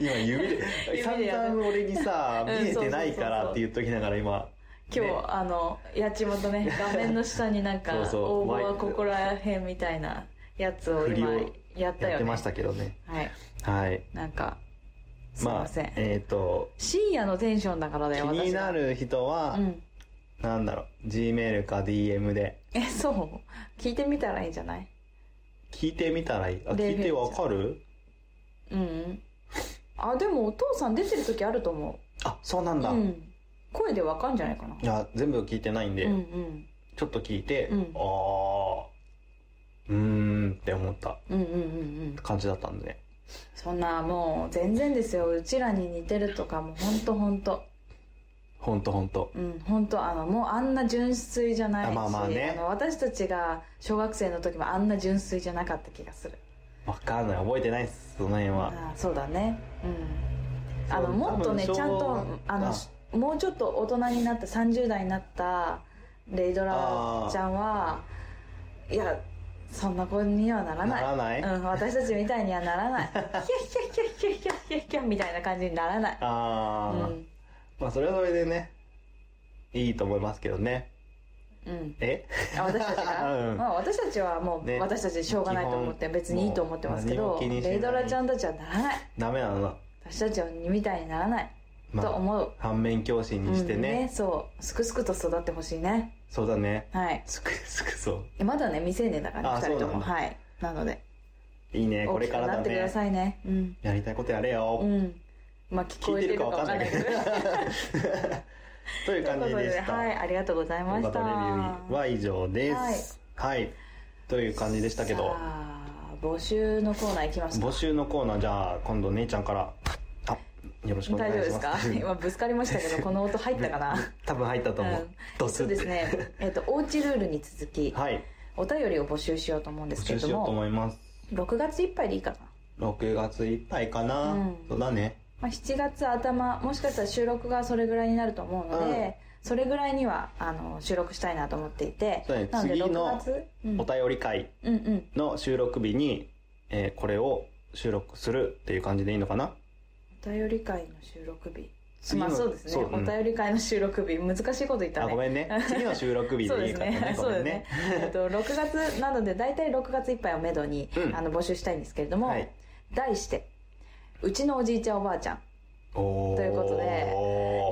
S1: 今指で
S2: 指でや
S1: 散
S2: る
S1: 々俺にさ
S2: うん
S1: 見えてないからって言っときながら今
S2: 今日、
S1: ね
S2: あの八千とね画面の下になんか
S1: [LAUGHS] そうそう
S2: 応募はここら辺みたいなやつを
S1: 振り
S2: 今
S1: を
S2: やったよね
S1: やってましたけどね
S2: はい
S1: はい
S2: なんかすい
S1: ま
S2: ま
S1: あ
S2: せん、
S1: えっ、と
S2: 深夜のテンションだからだ
S1: 気
S2: よ
S1: に
S2: 私
S1: なる人は、
S2: はうん
S1: なんだろう G メールか DM で
S2: えそう聞いてみたらいいんじゃない
S1: 聞いてみたらいいあ
S2: レビュー
S1: 聞いてわかる
S2: うんうんあでもお父さん出てる時あると思
S1: あそうなん
S2: う、
S1: だ、
S2: う
S1: い
S2: ん、声でわかんじゃないかな
S1: や全部聞いてないんで、
S2: うんうん
S1: ちょっと聞いて、
S2: うん
S1: ああうーんって思った
S2: うんうんうんうん
S1: 感じだったんで
S2: そんなもう全然ですようちらに似てるとかもうほんとほんと
S1: ほんとほんと
S2: うん本当あのもうあんな純粋じゃないし
S1: あまあまあね
S2: の私たちが小学生の時もあんな純粋じゃなかった気がする
S1: わかんない覚えてないっすその辺は
S2: あそうだねうんあの
S1: そう
S2: もっとね
S1: 多分
S2: ちゃんと
S1: 小
S2: あのもうちょっと大人になった30代になったレイドラちゃんはいやそんな子にはならない
S1: ならない
S2: うん、私たちみたいにはならないキャキャキャキャキャキャキャみたいな感じにならない、う
S1: ああ、
S2: ん
S1: まあそれはそれでねいいと思いますけどね
S2: うん、
S1: え
S2: あ私たちが、
S1: うん
S2: まあ、私たちはもう、
S1: ね
S2: 私たちしょうがないと思って
S1: 基本
S2: 別にいいと思ってますけ
S1: も
S2: ど
S1: う何も気にしない
S2: レイドラちゃんたちはならない
S1: ダメなのだ、
S2: 私たちみたいにならない、
S1: ま
S2: と
S1: あ、
S2: 思う
S1: 反面教師にして
S2: うん
S1: ね,、
S2: そうすくすくと育ってほしいね
S1: そうだね
S2: はい
S1: すく [LAUGHS] すくそ
S2: まだね未成年だから
S1: あ
S2: ね2人とも
S1: そうなんだ
S2: はいなので
S1: ういいねこ
S2: 大
S1: れ
S2: きく
S1: から
S2: な
S1: だ
S2: ってくだ
S1: ね
S2: さいねうん
S1: やりたいことやれよ、
S2: うんまあ聞こ
S1: 聞いて
S2: えて
S1: る
S2: る
S1: か
S2: か
S1: わか
S2: わか
S1: ん
S2: ん
S1: な
S2: ないい
S1: け
S2: け
S1: ど
S2: ど [LAUGHS]
S1: [LAUGHS] という
S2: という
S1: 感
S2: こ
S1: じ
S2: と
S1: で
S2: で
S1: した
S2: はいありがとうございま
S1: 動
S2: し
S1: 画と
S2: た
S1: レビューは以上ですはい、という感じでしたけ
S2: さ
S1: ど
S2: あ募集のコーナー行きますか
S1: 募集のコーナーじゃあ今度姉ちゃんからあよろしくお願
S2: 大
S1: い
S2: 丈夫で
S1: し
S2: す
S1: ます [LAUGHS]
S2: か今ぶつかりましたけどこの音入ったかな
S1: 多分入ったと思う、
S2: うん
S1: ドス
S2: そ
S1: っ
S2: う
S1: て
S2: ですね、えっとおうちルールに続き
S1: はい
S2: お便りを募集しようと思うんで
S1: 募
S2: すけれ
S1: 集し
S2: ど
S1: ようと
S2: も
S1: 思います
S2: 6月いっぱいでいいかな
S1: 6月いっぱいかな、
S2: うん
S1: そうだね
S2: まあ、7月頭もしかしたら収録がそれぐらいになると思うので、
S1: うん
S2: それぐらいにはあの収録したいなと思っていて
S1: そうだね
S2: なので
S1: 次の
S2: 6月、うん、
S1: お便り会
S2: うんうん
S1: の収録日に、えーこれを収録するっていう感じでいいのかな
S2: お便り会の収録日
S1: 次
S2: ま
S1: の
S2: あそうですね、
S1: そううん
S2: お便り会の収録日難しいこと言った
S1: あ
S2: ね
S1: ごめんね次の収録日
S2: そう
S1: でい
S2: で
S1: い
S2: す
S1: かったね
S2: ね
S1: ご
S2: [LAUGHS] そう
S1: め
S2: で
S1: ん
S2: す
S1: ね
S2: ねえっと6月なので大体6月いっぱいをめどに、
S1: うん
S2: あの募集したいんですけれども、
S1: はい
S2: 題して「うちのおじいちゃんおばあちゃん」
S1: おー
S2: ということで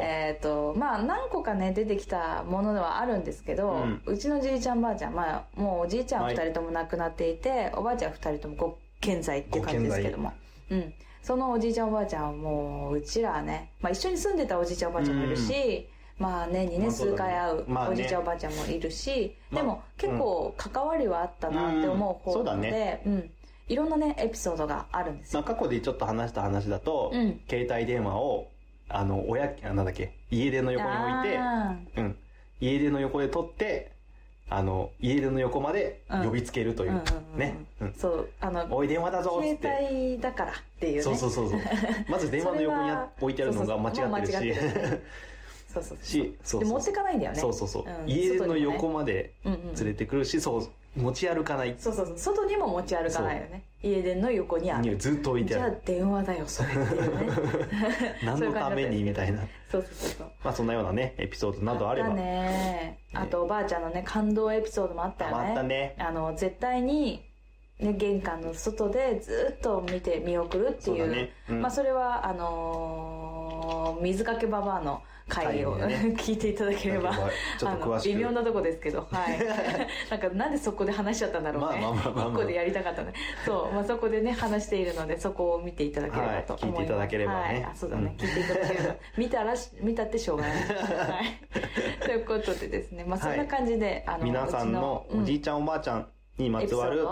S2: えっ、とまあ何個かね出てきたものではあるんですけど、
S1: うん
S2: うちのじいちゃんばあちゃん、まあ、もうおじいちゃん
S1: は
S2: 2
S1: い
S2: 人とも亡くなっていて、おばあちゃん2人ともご健在っていう感じですけども、うん、そのおじいちゃんおばあちゃんはもううちらはね、まあ、一緒に住んでたおじいちゃんおばあちゃんもいるし、まあ年にね
S1: まあそう
S2: 数
S1: だね
S2: 回会う
S1: まあね
S2: おじいちゃんおばあちゃんもいるし、
S1: まあ
S2: でも結構関わりはあったなって思う方なの
S1: うんそうだ
S2: で、うんいろんなねエピソードがあるんです
S1: ま
S2: よ
S1: あ、過去でちょっと話した話だと、
S2: うん
S1: 携帯電話をあの親あなんだっけ家出の横に置いて、
S2: あ
S1: うん、家出の横で取ってあの家出の横まで呼びつけると
S2: ー
S1: いう、
S2: うんうんうん
S1: ね、うん
S2: ーそうあの
S1: おい電話だぞ」っつ
S2: 携
S1: って
S2: 帯だからっていうね
S1: そうそうそう
S2: [LAUGHS]
S1: そうまず電話の横にや置いてあるのが間違ってるし
S2: それはそうそうそうもう間違ってるそうそう
S1: [LAUGHS]
S2: そう
S1: しそう
S2: で
S1: そ
S2: 持
S1: う
S2: ってかないんだよね
S1: そうそうそう、
S2: うん
S1: 家
S2: 外にも
S1: の
S2: ね
S1: 横まで
S2: うんうん
S1: 連れてくるしそう持ち歩かない
S2: そうそうそう外にも持ち歩かないよね家電の横にある
S1: にずっと置いて
S2: じゃ
S1: あ
S2: あ
S1: る
S2: 電話だよそれっていうね
S1: [LAUGHS] 何のためにみたいな
S2: そうそうそうそう
S1: まあそんなようなねエピソードなどあれば
S2: ったねあとおばあちゃんのね感動エピソードもあったよ
S1: あ
S2: ね
S1: ったね
S2: あの絶対にね、玄関の外でずっと見て見送るって
S1: そう
S2: い
S1: だ
S2: う
S1: ねうん
S2: まあ、それはあのー水かけババアの回を、
S1: 回をね
S2: 聞いていただければ
S1: ちょっと詳し
S2: あの微妙
S1: く
S2: なとこですけど、はい、
S1: [LAUGHS]
S2: なんかなんでそこで話しちゃったんだろうね、
S1: まあまあまあまあまあ
S2: 一個でやりたかったねそう、まあ、そこでね話しているのでそこを見ていただければと思いま
S1: はい
S2: す、
S1: 聞いていただければね
S2: はいあそうだね、
S1: う
S2: 聞いていただければ見たらし [LAUGHS] 見たってしょうがない、はい、ということでですね、まあ、そんな感じで、あの
S1: 皆さんのおじいちゃんおばあちゃんにまつわる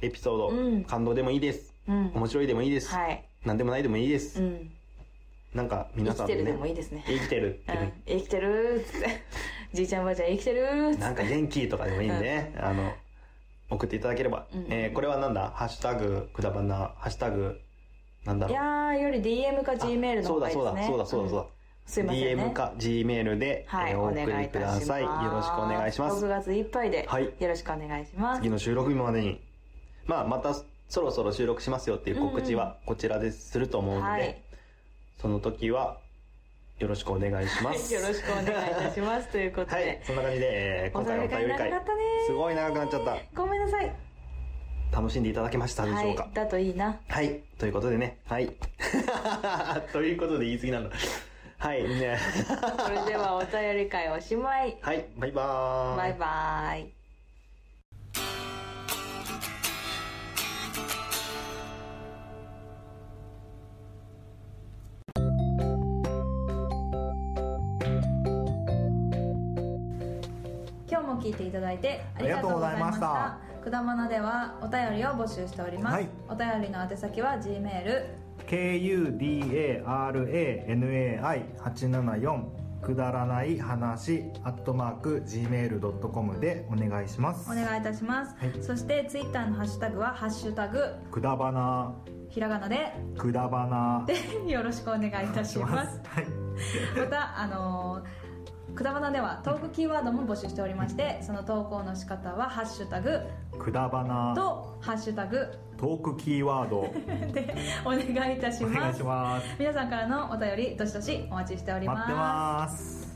S1: エピソード
S2: うん
S1: 感動でもいいです
S2: うん、うん
S1: 面白いでもいいです、
S2: はい、
S1: 何でもないでもいいで
S2: う
S1: す、
S2: ん、
S1: なんか
S2: 生
S1: 皆さんの
S2: きてるで
S1: ね
S2: もいいですね
S1: 生きてる
S2: うん生きてるーっ [LAUGHS] つってじいちゃんばあちゃん生きてるーっつって
S1: なんか元気とかでもいいんでね、あの送っていただければ、
S2: うん
S1: えーこれはなんだ「ハッシュタグくだばな」「ハッシュタグなんだ
S2: い
S1: ろう」
S2: やーより DM か G メールの
S1: そ
S2: 方
S1: う
S2: が
S1: だ
S2: いい
S1: そうだ
S2: ですね
S1: そうだそうだそうだ、
S2: んすいませんね
S1: DM か G メールで、
S2: はい、
S1: えーお
S2: お
S1: 送
S2: 願い
S1: り
S2: い
S1: く
S2: たし
S1: だ
S2: ます。
S1: さいよろしくお願いします
S2: 6月いっぱいで、
S1: はい
S2: よろしくお願いします。
S1: 次の収録日までに、まあ、またそろそろ収録しますよっていう告知
S2: うんう
S1: はこちらですると思うので、
S2: はい、
S1: その時はよろしくお願いします
S2: よろしくお願いいたします。ということで、
S1: はいそんな感じで、えー今回のお
S2: お便
S1: 便
S2: り
S1: り
S2: 会
S1: 会
S2: 長かったね
S1: すごい長くなっちゃった
S2: ごめんなさい。
S1: 楽しんでいただけましたでしょうか
S2: はい、だといいな。
S1: はい、ということでねはい [LAUGHS] ということで言い過ぎなんだはいね
S2: それではお便り会おしまい。
S1: はいバイバー
S2: バイバイ。今日も聞いていただいてありがとうございました
S3: あ
S2: くだまなではお便りを募集しております、
S3: はい
S2: お便りの宛先は G メール
S3: kudaranai874 くだらない話アットマーク gmail.com でお願いします
S2: お願いいたします、
S3: はい
S2: そしてツイッターのハッシュタグは「ハッシュタグ
S3: くだばな
S2: ひらがなで
S3: くだばな」
S2: でよろしくお願いいたします
S3: はい
S2: またあのーくだばなではトークキーワードも募集しておりましてその投稿の仕方は「ハッシュタグ
S3: くだば」な
S2: と「ハッシュタグ [LAUGHS]
S3: トークキーワード」
S2: で [LAUGHS] お願いいたし
S3: お願
S2: ま
S3: い
S2: す
S3: します
S2: 皆さんからのお便りどしどしお待ちしており
S3: 待
S2: ま
S3: っ
S2: す
S3: てます